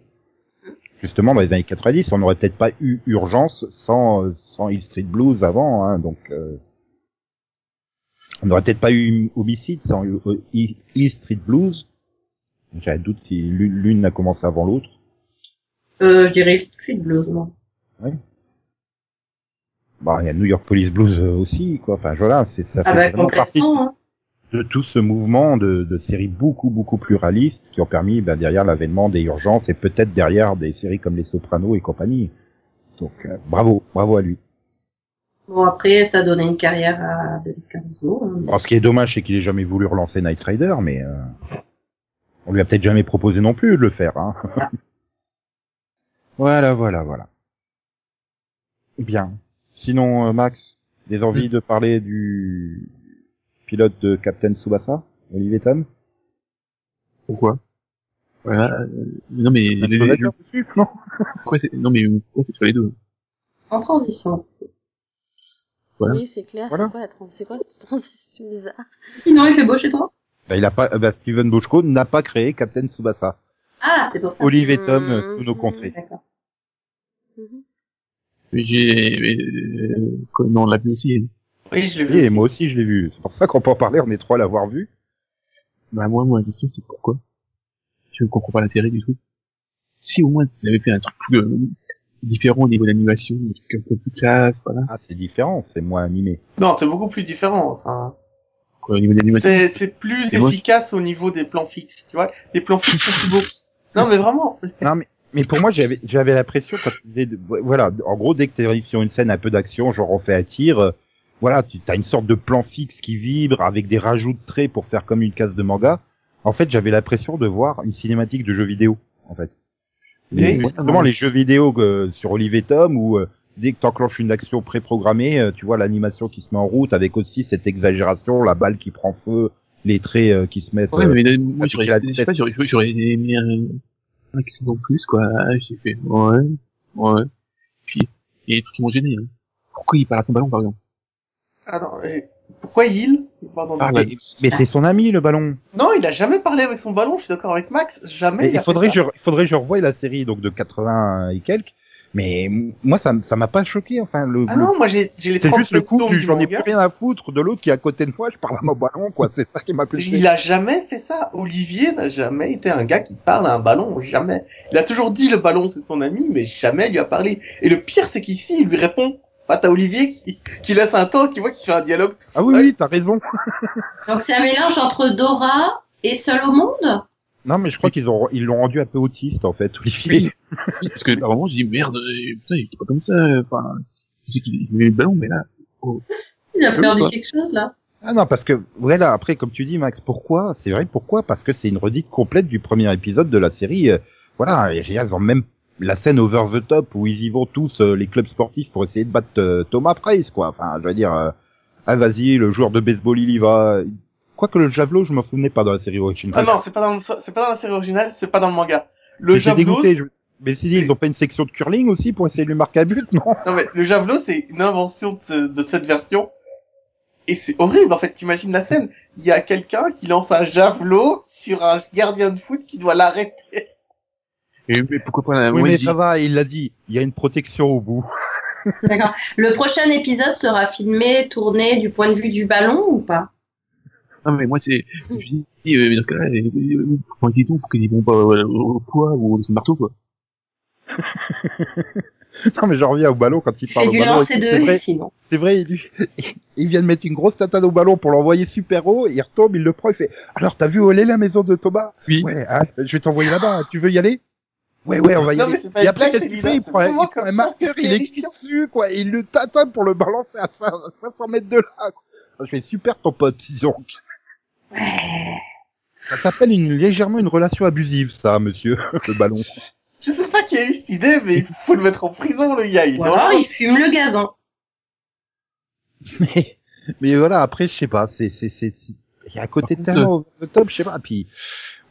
A: Justement, dans les années 90, on n'aurait peut-être pas eu urgence sans euh, sans Hill Street Blues avant, hein, donc. euh, on n'aurait peut-être pas eu homicide sans euh, euh, Hill Hill Street Blues. J'ai un doute si l'une l'une a commencé avant l'autre.
B: Euh, je dirais Street Blues, moi.
A: Bah, il y a New York Police Blues euh, aussi, quoi. Enfin, voilà, c'est ça
B: Ah
A: fait
B: bah,
A: vraiment partie
B: complètement. Hein.
A: de tout ce mouvement de, de séries beaucoup, beaucoup plus réalistes qui ont permis, ben, derrière l'avènement des urgences et peut-être derrière des séries comme Les Sopranos et compagnie. Donc, euh, bravo, bravo à lui.
B: Bon, après, ça donnait une carrière à David Caruso. hein, mais-
A: Alors, ce qui est dommage, c'est qu'il ait jamais voulu relancer Night Rider, mais euh, on lui a peut-être jamais proposé non plus de le faire. Hein. voilà, voilà, voilà. Bien. Sinon, euh, Max, des envies de parler du pilote de Captain Tsubasa, Olivier Tom
D: Pourquoi Voilà. euh, non mais les- les-
A: Non
D: pourquoi c'est non mais pourquoi c'est sur les deux
B: En transition.
D: Voilà.
C: Oui, c'est clair.
A: Voilà.
C: C'est quoi la trans- C'est quoi cette transition bizarre
B: Sinon, il fait beau chez toi
A: Bah, il a pas, bah, Steven Bochco n'a pas créé Captain Tsubasa.
B: Ah, c'est pour ça.
A: Olivier Tom, euh,
C: Mhm.
A: sous nos contrées.
B: D'accord.
D: Mais j'ai mais, euh, quoi, non on l'a vu aussi.
E: Oui, je l'ai
A: Oui,
E: vu.
A: Et moi aussi, je l'ai vu. C'est pour ça qu'on peut en parler, on est trois à l'avoir vu.
D: Bah moi moi la question c'est pourquoi Je ne comprends pas l'intérêt du truc. Si au moins tu avais fait un truc euh, différent au niveau d'animation, un truc un peu plus classe, voilà.
A: Ah, c'est différent, c'est moins animé.
E: Non, c'est beaucoup plus différent. Enfin,
D: Quoi, au niveau d'animation.
E: c'est c'est plus
D: C'est moche.
E: efficace au niveau des plans fixes, tu vois. Les plans fixes sont plus beaux. Non, mais vraiment.
A: Mais pour moi, j'avais, j'avais l'impression quand tu disais, de- voilà, en gros, dès que t'es sur une scène un peu d'action, genre on fait un tir, euh, voilà, tu as une sorte de plan fixe qui vibre avec des rajouts de traits pour faire comme une case de manga. En fait, j'avais l'impression de voir une cinématique de jeu vidéo, en fait.
D: Mais
A: Et
D: voilà,
A: justement, les jeux vidéo euh, sur Olive et Tom où euh, dès que t'enclenches une action préprogrammée, euh, tu vois l'animation qui se met en route avec aussi cette exagération, la balle qui prend feu, les traits euh, qui se mettent.
D: Ouais,
A: euh,
D: mais euh, moi,
A: avec
D: j'aurais,
A: la
D: je sais pas, j'aurais, j'aurais aimé un, un truc en plus, quoi. Ah, J'ai fait, ouais, ouais. Puis, il y a des trucs qui m'ont gêné, hein. Pourquoi il parle à ton ballon, par exemple?
E: Ah non, et pourquoi il Pardon.
D: Ah,
A: mais mais c'est son ami le ballon.
E: Non, il a jamais parlé avec son ballon. Je suis d'accord avec Max. Jamais.
A: Mais
E: il
A: il
E: a fait
A: faudrait,
E: ça.
A: que je, il faudrait que je revoie la série donc de 80 et quelques. Mais m- moi, ça, m- ça m'a pas choqué. Enfin, le,
E: Ah
A: le-
E: non, moi j'ai j'ai les
A: c'est
E: 37
A: juste le coup
E: tomes
A: du j'en ai plus
E: manga.
A: rien à foutre de l'autre qui est à côté de moi. Je parle à mon ballon, quoi. C'est ça qui m'a plus.
E: Il a jamais fait ça. Olivier n'a jamais été un gars qui parle à un ballon, jamais. Il a toujours dit le ballon c'est son ami, mais jamais il lui a parlé. Et le pire c'est qu'ici il lui répond. Bah t'as Olivier qui, qui laisse un temps, qui voit qu'il fait un dialogue. tout
A: Ah oui,
E: seul.
A: oui, t'as raison.
B: Donc, c'est un mélange entre Dora et Seul au Monde
A: Non, mais je crois qu'ils ont, ils l'ont rendu un peu autiste en fait, Olivier.
D: Oui, parce que, à un moment, j'ai dit, merde, euh, putain, il était pas comme ça, enfin, je sais qu'il aimait le ballon, mais là,
B: Il a
D: Ah Oui,
B: perdu
D: quoi.
B: quelque chose, là.
A: Ah non, parce que voilà. Après, comme tu dis, Max, pourquoi C'est vrai, pourquoi Parce que c'est une redite complète du premier épisode de la série. euh, Voilà, et je veux dire, ils ont même la scène over the top où ils y vont tous euh, les clubs sportifs pour essayer de battre euh, Thomas Price, quoi. Enfin, je veux dire, euh, ah vas-y, le joueur de baseball il y va. Quoique le javelot, je m'en souvenais pas dans la série Origin.
E: Ah non, c'est pas dans le- c'est pas dans la série originale, c'est pas dans le manga. Le
A: j'étais
E: javelot,
A: dégoûté. je- Mais si ils ont pas une section de curling aussi pour essayer de lui marquer un but, non
E: non mais le javelot c'est une invention de, ce- de cette version. Et c'est horrible, en fait, t'imagines la scène. Il y a quelqu'un qui lance un javelot sur un gardien de foot qui doit l'arrêter.
D: Et mais pourquoi pas la
A: Oui,
D: Ah, moi,
A: mais
D: je dis-
A: ça va, il l'a dit. Il y a une protection au bout.
B: D'accord. Le prochain épisode sera filmé, tourné du point de vue du ballon ou pas
D: Non, mais moi, c'est, je dis, euh, mais dans ce cas-là, euh, euh, comment ils disent qu'ils y vont pas euh, au au poids ou au marteau, quoi.
A: Non, mais j'en reviens au ballon quand il parle
B: C'est
A: au
B: du
A: ballon.
B: lancer
A: C'est
B: de
A: vrai,
B: sinon.
A: c'est vrai, il, lui- il vient de mettre une grosse tatane au ballon pour l'envoyer super haut, il retombe, il le prend, il fait, alors t'as vu où elle est la maison de Thomas?
D: Oui.
A: Ouais, hein, je vais t'envoyer là-bas, tu veux y aller? Ouais, ouais, on va y
E: Non, mais
A: aller.
E: c'est pas
A: Et
E: une
A: après,
E: blague,
A: qu'est-ce qu'il
E: celui-là,
A: fait? Il
E: c'est
A: prend un, il
E: vraiment
A: prend un
E: comme ça,
A: marqueur, il
E: c'est
A: écrit dessus, quoi, et il le tatane pour le balancer à 500 à 500 mètres de là. Je fais super ton pote, disons.
B: Ouais.
A: Ça s'appelle une, légèrement une relation abusive, ça, monsieur, le ballon.
E: Je sais pas qui a eu cette idée, mais il faut le mettre en prison, le gars. Il est
B: Ou alors
E: dangereux.
B: il fume le gazon.
A: Mais, mais voilà, après, je sais pas, c'est, c'est, c'est, il y a un côté
D: Par contre,
A: tellement over the top, je sais pas, puis,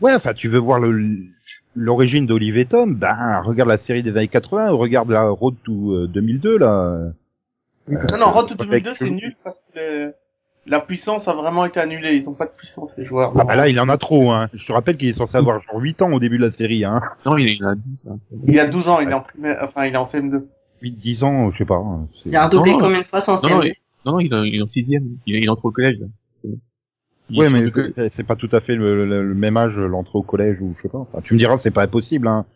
A: ouais, enfin, tu veux voir le, l'origine d'Olivier Tom, ben, regarde la série des années 80, ou regarde la Road to euh, 2002, là.
E: Non, non, Road to
A: Perfect
E: 2002, c'est
A: Blue.
E: nul parce que le- la puissance a vraiment été annulée. Ils ont pas de puissance, les joueurs.
A: Ah, bah là, il en a trop, hein. Je te rappelle qu'il est censé avoir genre 8 ans au début de la série, hein.
D: Non, il y en a 10, hein.
E: Il a 12 ans, il est en primaire, enfin, il est en CM2.
A: 8, 10 ans, je sais pas. hein, c'est-
B: Il a redoublé
D: Non, non.
B: combien de fois son
D: Non, non,
B: cerveau
D: il- non, non, il est en- il est en sixième. Il, est- il entre au collège, là. Il
A: Ouais,
D: est
A: mais
D: sur le-
A: euh, c'est- c'est pas tout à fait le, le- le même âge, euh, l'entrée au collège ou je sais pas. Enfin, tu me diras, c'est pas impossible, hein.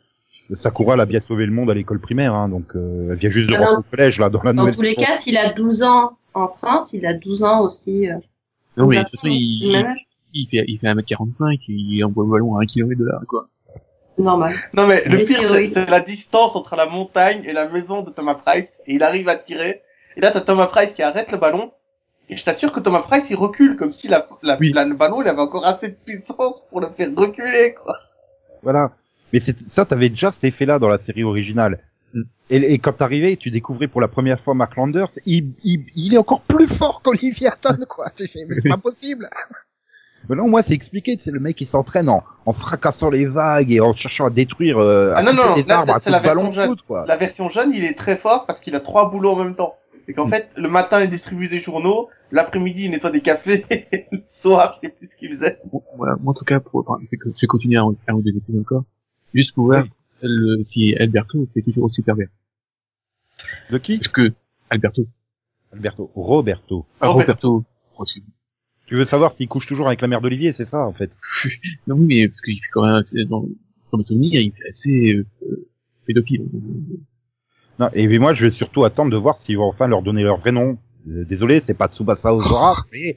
A: Sakura, elle a bien sauvé le monde à l'école primaire, hein, donc euh, elle vient juste de
B: Ah non.
A: rentrer au collège, là, dans la
B: Dans
A: nouvelle
B: tous les
A: saison.
B: cas, s'il a 12 ans en France, il a 12 ans aussi. euh,
D: Non, mais de
B: au
D: toute façon,
B: Japon, du même
D: il,
B: âge.
D: il fait, il fait 1m45, il envoie le ballon à 1 km de là, quoi.
B: Normal.
E: Non, mais le
B: Des
E: pire, c'est
B: stéroïdes.
E: c'est la distance entre la montagne et la maison de Thomas Price. Et il arrive à tirer. Et là, t'as Thomas Price qui arrête le ballon. Et je t'assure que Thomas Price, il recule comme si la, la,
D: Oui.
E: la- le ballon, il avait encore assez de puissance pour le faire reculer, quoi.
A: Voilà. Mais c'est ça, t'avais déjà cet effet-là dans la série originale.
D: Mm.
A: Et, et quand t'arrivais, tu découvrais pour la première fois Mark Landers, il, il, il est encore plus fort qu'Olivier Hatton, quoi. Tu fais, mais c'est pas possible. Mais non, moi, c'est expliqué, c'est le mec qui s'entraîne en, en fracassant les vagues et en cherchant à détruire euh,
E: Ah non,
A: à coups
E: non,
A: des
E: là,
A: arbres, à
E: c'est
A: coups
E: la
A: de ballon
E: version
A: de foot, quoi.
E: La version jeune, il est très fort parce qu'il a trois boulots en même temps. C'est qu'en
A: Mm.
E: fait, le matin, il distribue des journaux. L'après-midi, il nettoie des cafés. et le soir, je sais plus ce qu'il faisait.
D: Bon, voilà. Moi, en tout cas, pour, enfin, je vais co- je vais continuer à faire deux épisodes encore. Juste pour voir le, si Alberto fait toujours aussi pervers.
A: De qui
D: Parce que, Alberto,
A: Alberto. Roberto.
D: ah,
E: Roberto.
D: Roberto, oh, excuse-
A: Tu veux savoir s'il couche toujours avec la mère d'Olivier, c'est ça en fait
D: non, oui, mais, parce qu'il fait quand même, assez- dans, dans mes souvenirs, il fait assez, euh, euh, pédophile.
A: Non, et puis moi je vais surtout attendre de voir s'ils vont enfin leur donner leur vrai nom. Euh, Désolé, c'est pas Tsubasa Ozora,
D: Oh.
A: mais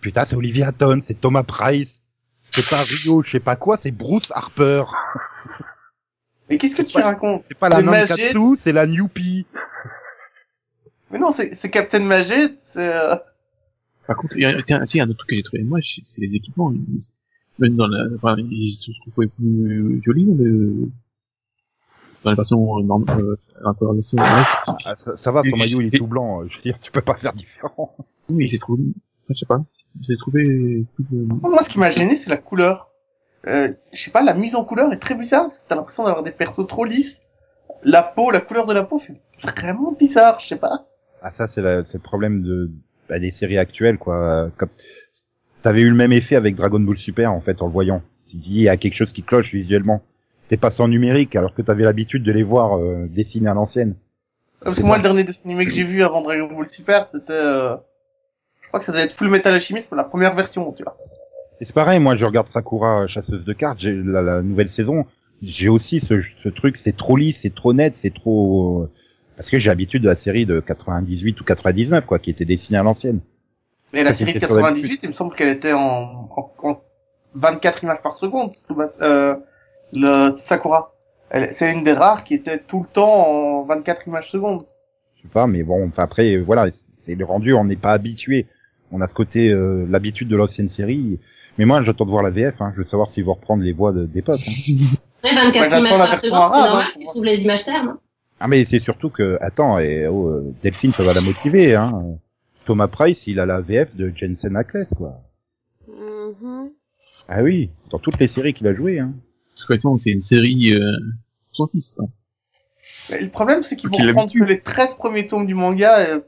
A: putain c'est Olivier Hatton, c'est Thomas Price, c'est pas Rio, je sais pas quoi, c'est Bruce Harper.
E: Mais qu'est-ce que tu racontes?
A: C'est pas la
E: C'est Magé.
A: Nankatsu, c'est la Newpie.
E: Mais non, c'est c'est Captain Magé, c'est... euh,
D: Par contre, il y a, tiens, si, il y a un autre truc que j'ai trouvé moche, c'est les équipements. Ils- Même dans la, enfin, ils se trouvaient plus jolis, le, dans la version, euh, norm- euh, dans la version, ouais,
A: Ah, ça, ça va, son
D: Et-
A: maillot il est
D: et-
A: tout blanc, euh, je veux dire, tu peux pas faire différent.
D: Oui, mais j'ai trouvé, je sais pas, j'ai trouvé plus euh, de...
E: Moi, ce qui m'a gêné, c'est la couleur. Euh, je sais pas, la mise en couleur est très bizarre, parce que t'as l'impression d'avoir des persos trop lisses. La peau, la couleur de la peau fait vraiment bizarre, je sais pas.
A: Ah ça c'est la- c'est le problème de bah, des séries actuelles quoi. Euh, Comme t'avais eu le même effet avec Dragon Ball Super en fait en le voyant. Tu dis il y a quelque chose qui cloche visuellement. T'es passé en numérique alors que t'avais l'habitude de les voir euh, dessinés à l'ancienne.
E: Parce
A: C'est
E: que moi,
A: ça.
E: le dernier dessin animé que j'ai vu avant Dragon Ball Super, c'était... euh, Je crois que ça devait être Full Metal Alchemist, mais la première version, tu vois.
A: Et c'est pareil, moi je regarde Sakura euh, chasseuse de cartes, j'ai la, la nouvelle saison, j'ai aussi ce, ce truc, c'est trop lisse, c'est trop net, c'est trop euh, parce que j'ai l'habitude de la série de 98 ou 99 quoi qui était dessinée à l'ancienne.
E: Mais la
A: Ça,
E: série de
A: c'était sur la
E: 98, il me semble qu'elle était en... en... en 24 images par seconde, sous ma- euh, le Sakura. Elle- C'est une des rares qui était tout le temps en 24 images secondes.
A: je sais pas, mais bon, enfin après, euh, voilà, c'est le rendu, on n'est pas habitué. On a ce côté, euh, l'habitude de l'ancienne série. Mais moi, j'attends de voir la VF, hein. je veux savoir s'ils vont reprendre les voix de- des potes. hein.
B: Après
E: Moi,
B: 24
E: j'attends
B: images
E: la
B: par
E: version
B: seconde, c'est
E: arabe,
B: normal,
E: hein,
B: tu
E: pour
B: trouves les images termes. hein.
A: Ah mais c'est surtout que, attends, et, oh, euh, Delphine, ça va la motiver. Hein. Thomas Price, il a la VF de Jensen Ackles, quoi.
C: Mhm.
A: Ah oui, dans toutes les séries qu'il a jouées. Hein.
D: De toute façon, c'est une série euh, sans fils. hein.
E: Mais le problème, c'est qu'ils
D: Faut
E: vont
D: qu'il
E: prendre que les 13 premiers tomes du manga. euh,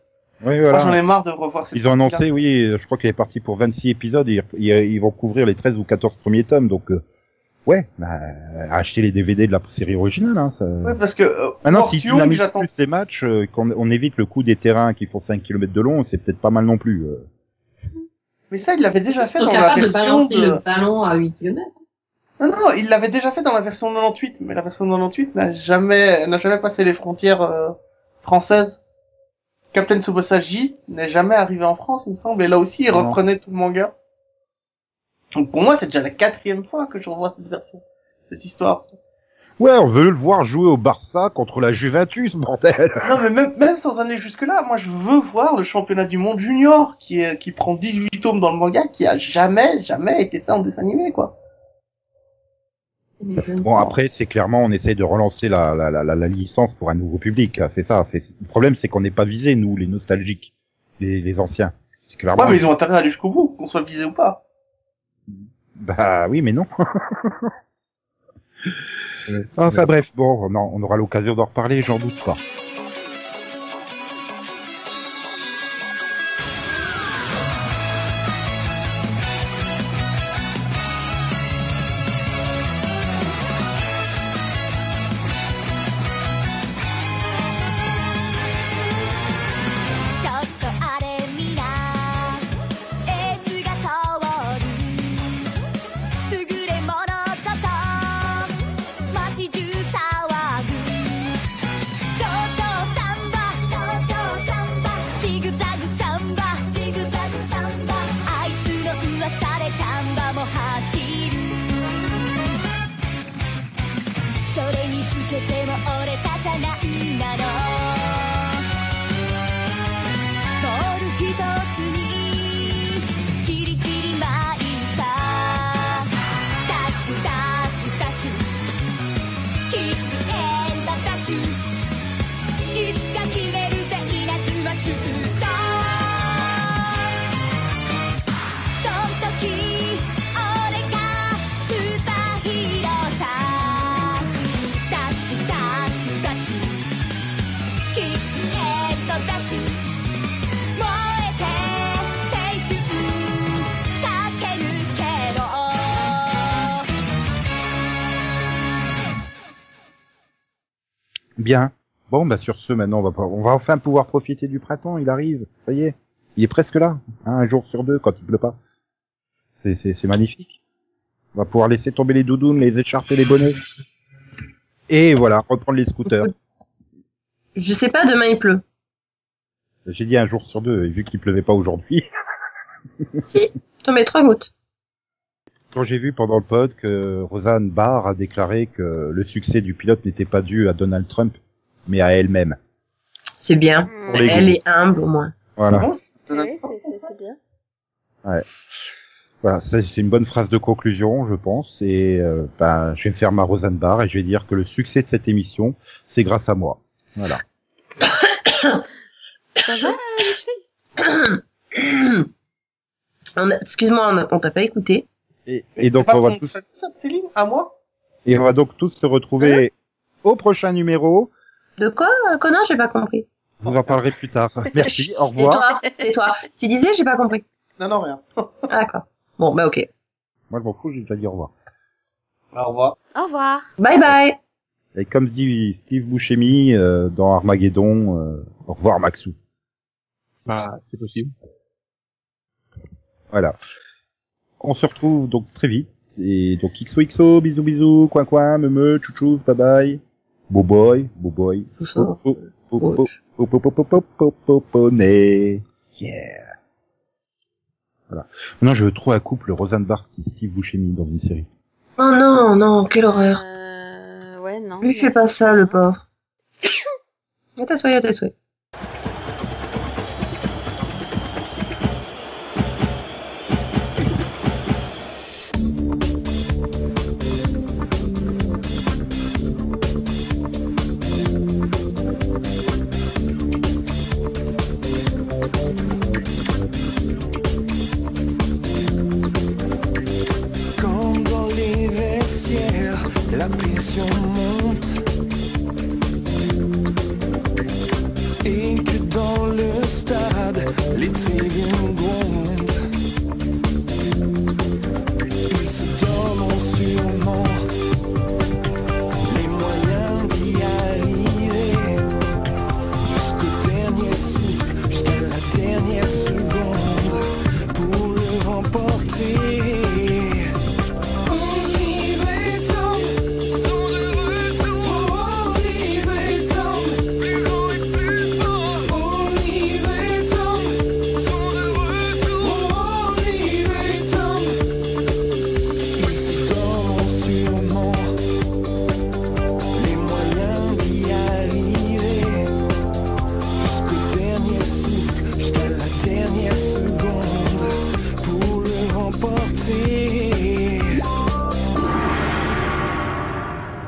A: Oui,
E: Moi, J'en
A: voilà.
E: ai marre de revoir cette
A: Ils ont annoncé,
E: carte.
A: oui, euh, je crois qu'il est parti pour 26 épisodes. et ils, ils- ils vont couvrir les 13 ou 14 premiers tomes, donc euh, ouais, bah, acheter les DVD de la série originale. Hein, ça...
E: Ouais, parce que euh,
A: Maintenant,
E: Morpheus,
A: si dynamisent
E: j'attends.
A: plus les matchs, euh, qu'on on évite le coup des terrains qui font 5 km de long, c'est peut-être pas mal non plus. euh.
E: Mais ça, il l'avait déjà fait
B: Ils sont
E: dans la
B: capables de
E: version
B: balancer
E: de-
B: le ballon à 8 km.
E: Non, non, il l'avait déjà fait dans la version 98, mais la version 98 n'a jamais, n'a jamais passé les frontières euh, françaises. Captain Tsubosagi n'est jamais arrivé en France, il me semble, et là aussi, il
A: Non.
E: reprenait tout le manga. Donc pour moi, c'est déjà la quatrième fois que je revois cette version, cette histoire.
A: Ouais, on veut le voir jouer au Barça contre la Juventus, bordel
E: Non, mais même, même sans aller jusque-là, moi, je veux voir le championnat du monde junior, qui, est, qui prend 18 tomes dans le manga, qui a jamais, jamais été fait en dessin animé, quoi.
A: Bon, après, c'est clairement, on essaie de relancer la, la, la, la, la licence pour un nouveau public, hein, c'est ça. c'est- Le problème, c'est qu'on n'est pas visé, nous, les nostalgiques, les, les anciens. C'est Clairement,
E: Ouais, mais ils ont intérêt à aller jusqu'au bout, qu'on soit visé ou pas.
A: Bah oui, mais non. Enfin bref, bon, non, on aura l'occasion d'en reparler, j'en doute pas.
H: 「ちょっとあれみな」「エースが通る」「優れものとと」「街中騒ぐ」「ちょうちょうサンバ」「ちょうちょうサンバ」「ジグザグサンバ」「ジグザグサンバ」「あいつの噂でチャンバも走る」「それにつけても俺たちゃなんなの」「ボールひとつにキリキリまいた」「ダッシュダッシュダッシュ」「キックエンドダッシュ」「いつか決めるぜ稲妻シュート」「そん時俺がスーパーヒーローさ」「ダッシュダッシュダッシュ」「キックエンドダッシュ」燃えて青春駆け抜けろ
A: Bien. Bon, bah sur ce, maintenant, on va, pas- on va enfin pouvoir profiter du printemps. Il arrive, ça y est. Il est presque là, hein, un jour sur deux quand il pleut pas. C'est, c'est, c'est magnifique. On va pouvoir laisser tomber les doudounes, les écharpes et les bonnets. Et voilà, reprendre les scooters.
B: Je sais pas, demain il pleut.
A: J'ai dit un jour sur deux, et vu qu'il pleuvait pas aujourd'hui,
B: T'en mets trois gouttes.
A: quand j'ai vu pendant le pod que Roseanne Barr a déclaré que le succès du pilote n'était pas dû à Donald Trump, mais à elle-même.
B: C'est bien.
A: Pour les
B: Elle
A: goûts.
B: est humble au moins.
A: Voilà.
E: Bon, c'est-
C: Ouais, c'est- c'est c'est bien.
A: Voilà, ça, c'est une bonne phrase de conclusion, je pense. Et euh, ben, je vais me faire ma Roseanne Barr et je vais dire que le succès de cette émission, c'est grâce à moi. Voilà.
C: Ça va, euh, les chevilles
B: On a- Excuse-moi, on a- on t'a pas écouté.
A: Et, et
E: C'est
A: donc
E: pas
A: on va
E: ton-
A: tous,
E: ça, ça, Céline, à moi
A: et on va donc tous se retrouver au prochain numéro.
B: De quoi euh, Conan, j'ai pas compris.
A: Vous en parlerez plus tard. Merci.
B: Chut,
A: Au revoir.
B: Tais-toi, tais-toi. Tu disais, j'ai pas compris.
E: Non, non, rien.
B: Ah, D'accord. Bon, bah ok.
A: Moi, je m'en fous. J'ai déjà dit au revoir.
E: Au revoir.
C: Au revoir.
B: Bye bye.
A: Et comme dit Steve Buscemi euh, dans Armageddon, euh, au revoir Maxou.
D: Bah, c'est possible.
A: Voilà. On se retrouve donc très vite. Et donc XOXO, bisous bisous, coin coin, me me, chouchou, bye bye. Beau boy, beau boy.
B: Tout ça.
A: Beau- beau- beau-
B: Ouais.
A: Popopopopopoponnet. Yeah. Voilà. Maintenant, je veux trop un couple Rosanne Barthes qui Steve Buscemi dans une série.
B: Oh non, non, quelle horreur.
C: Euh, ouais, non.
B: Lui fais pas ça, le pauvre. Y'a ta souhait, y'a ta souhait.
G: Congo, liberté, la prison monte.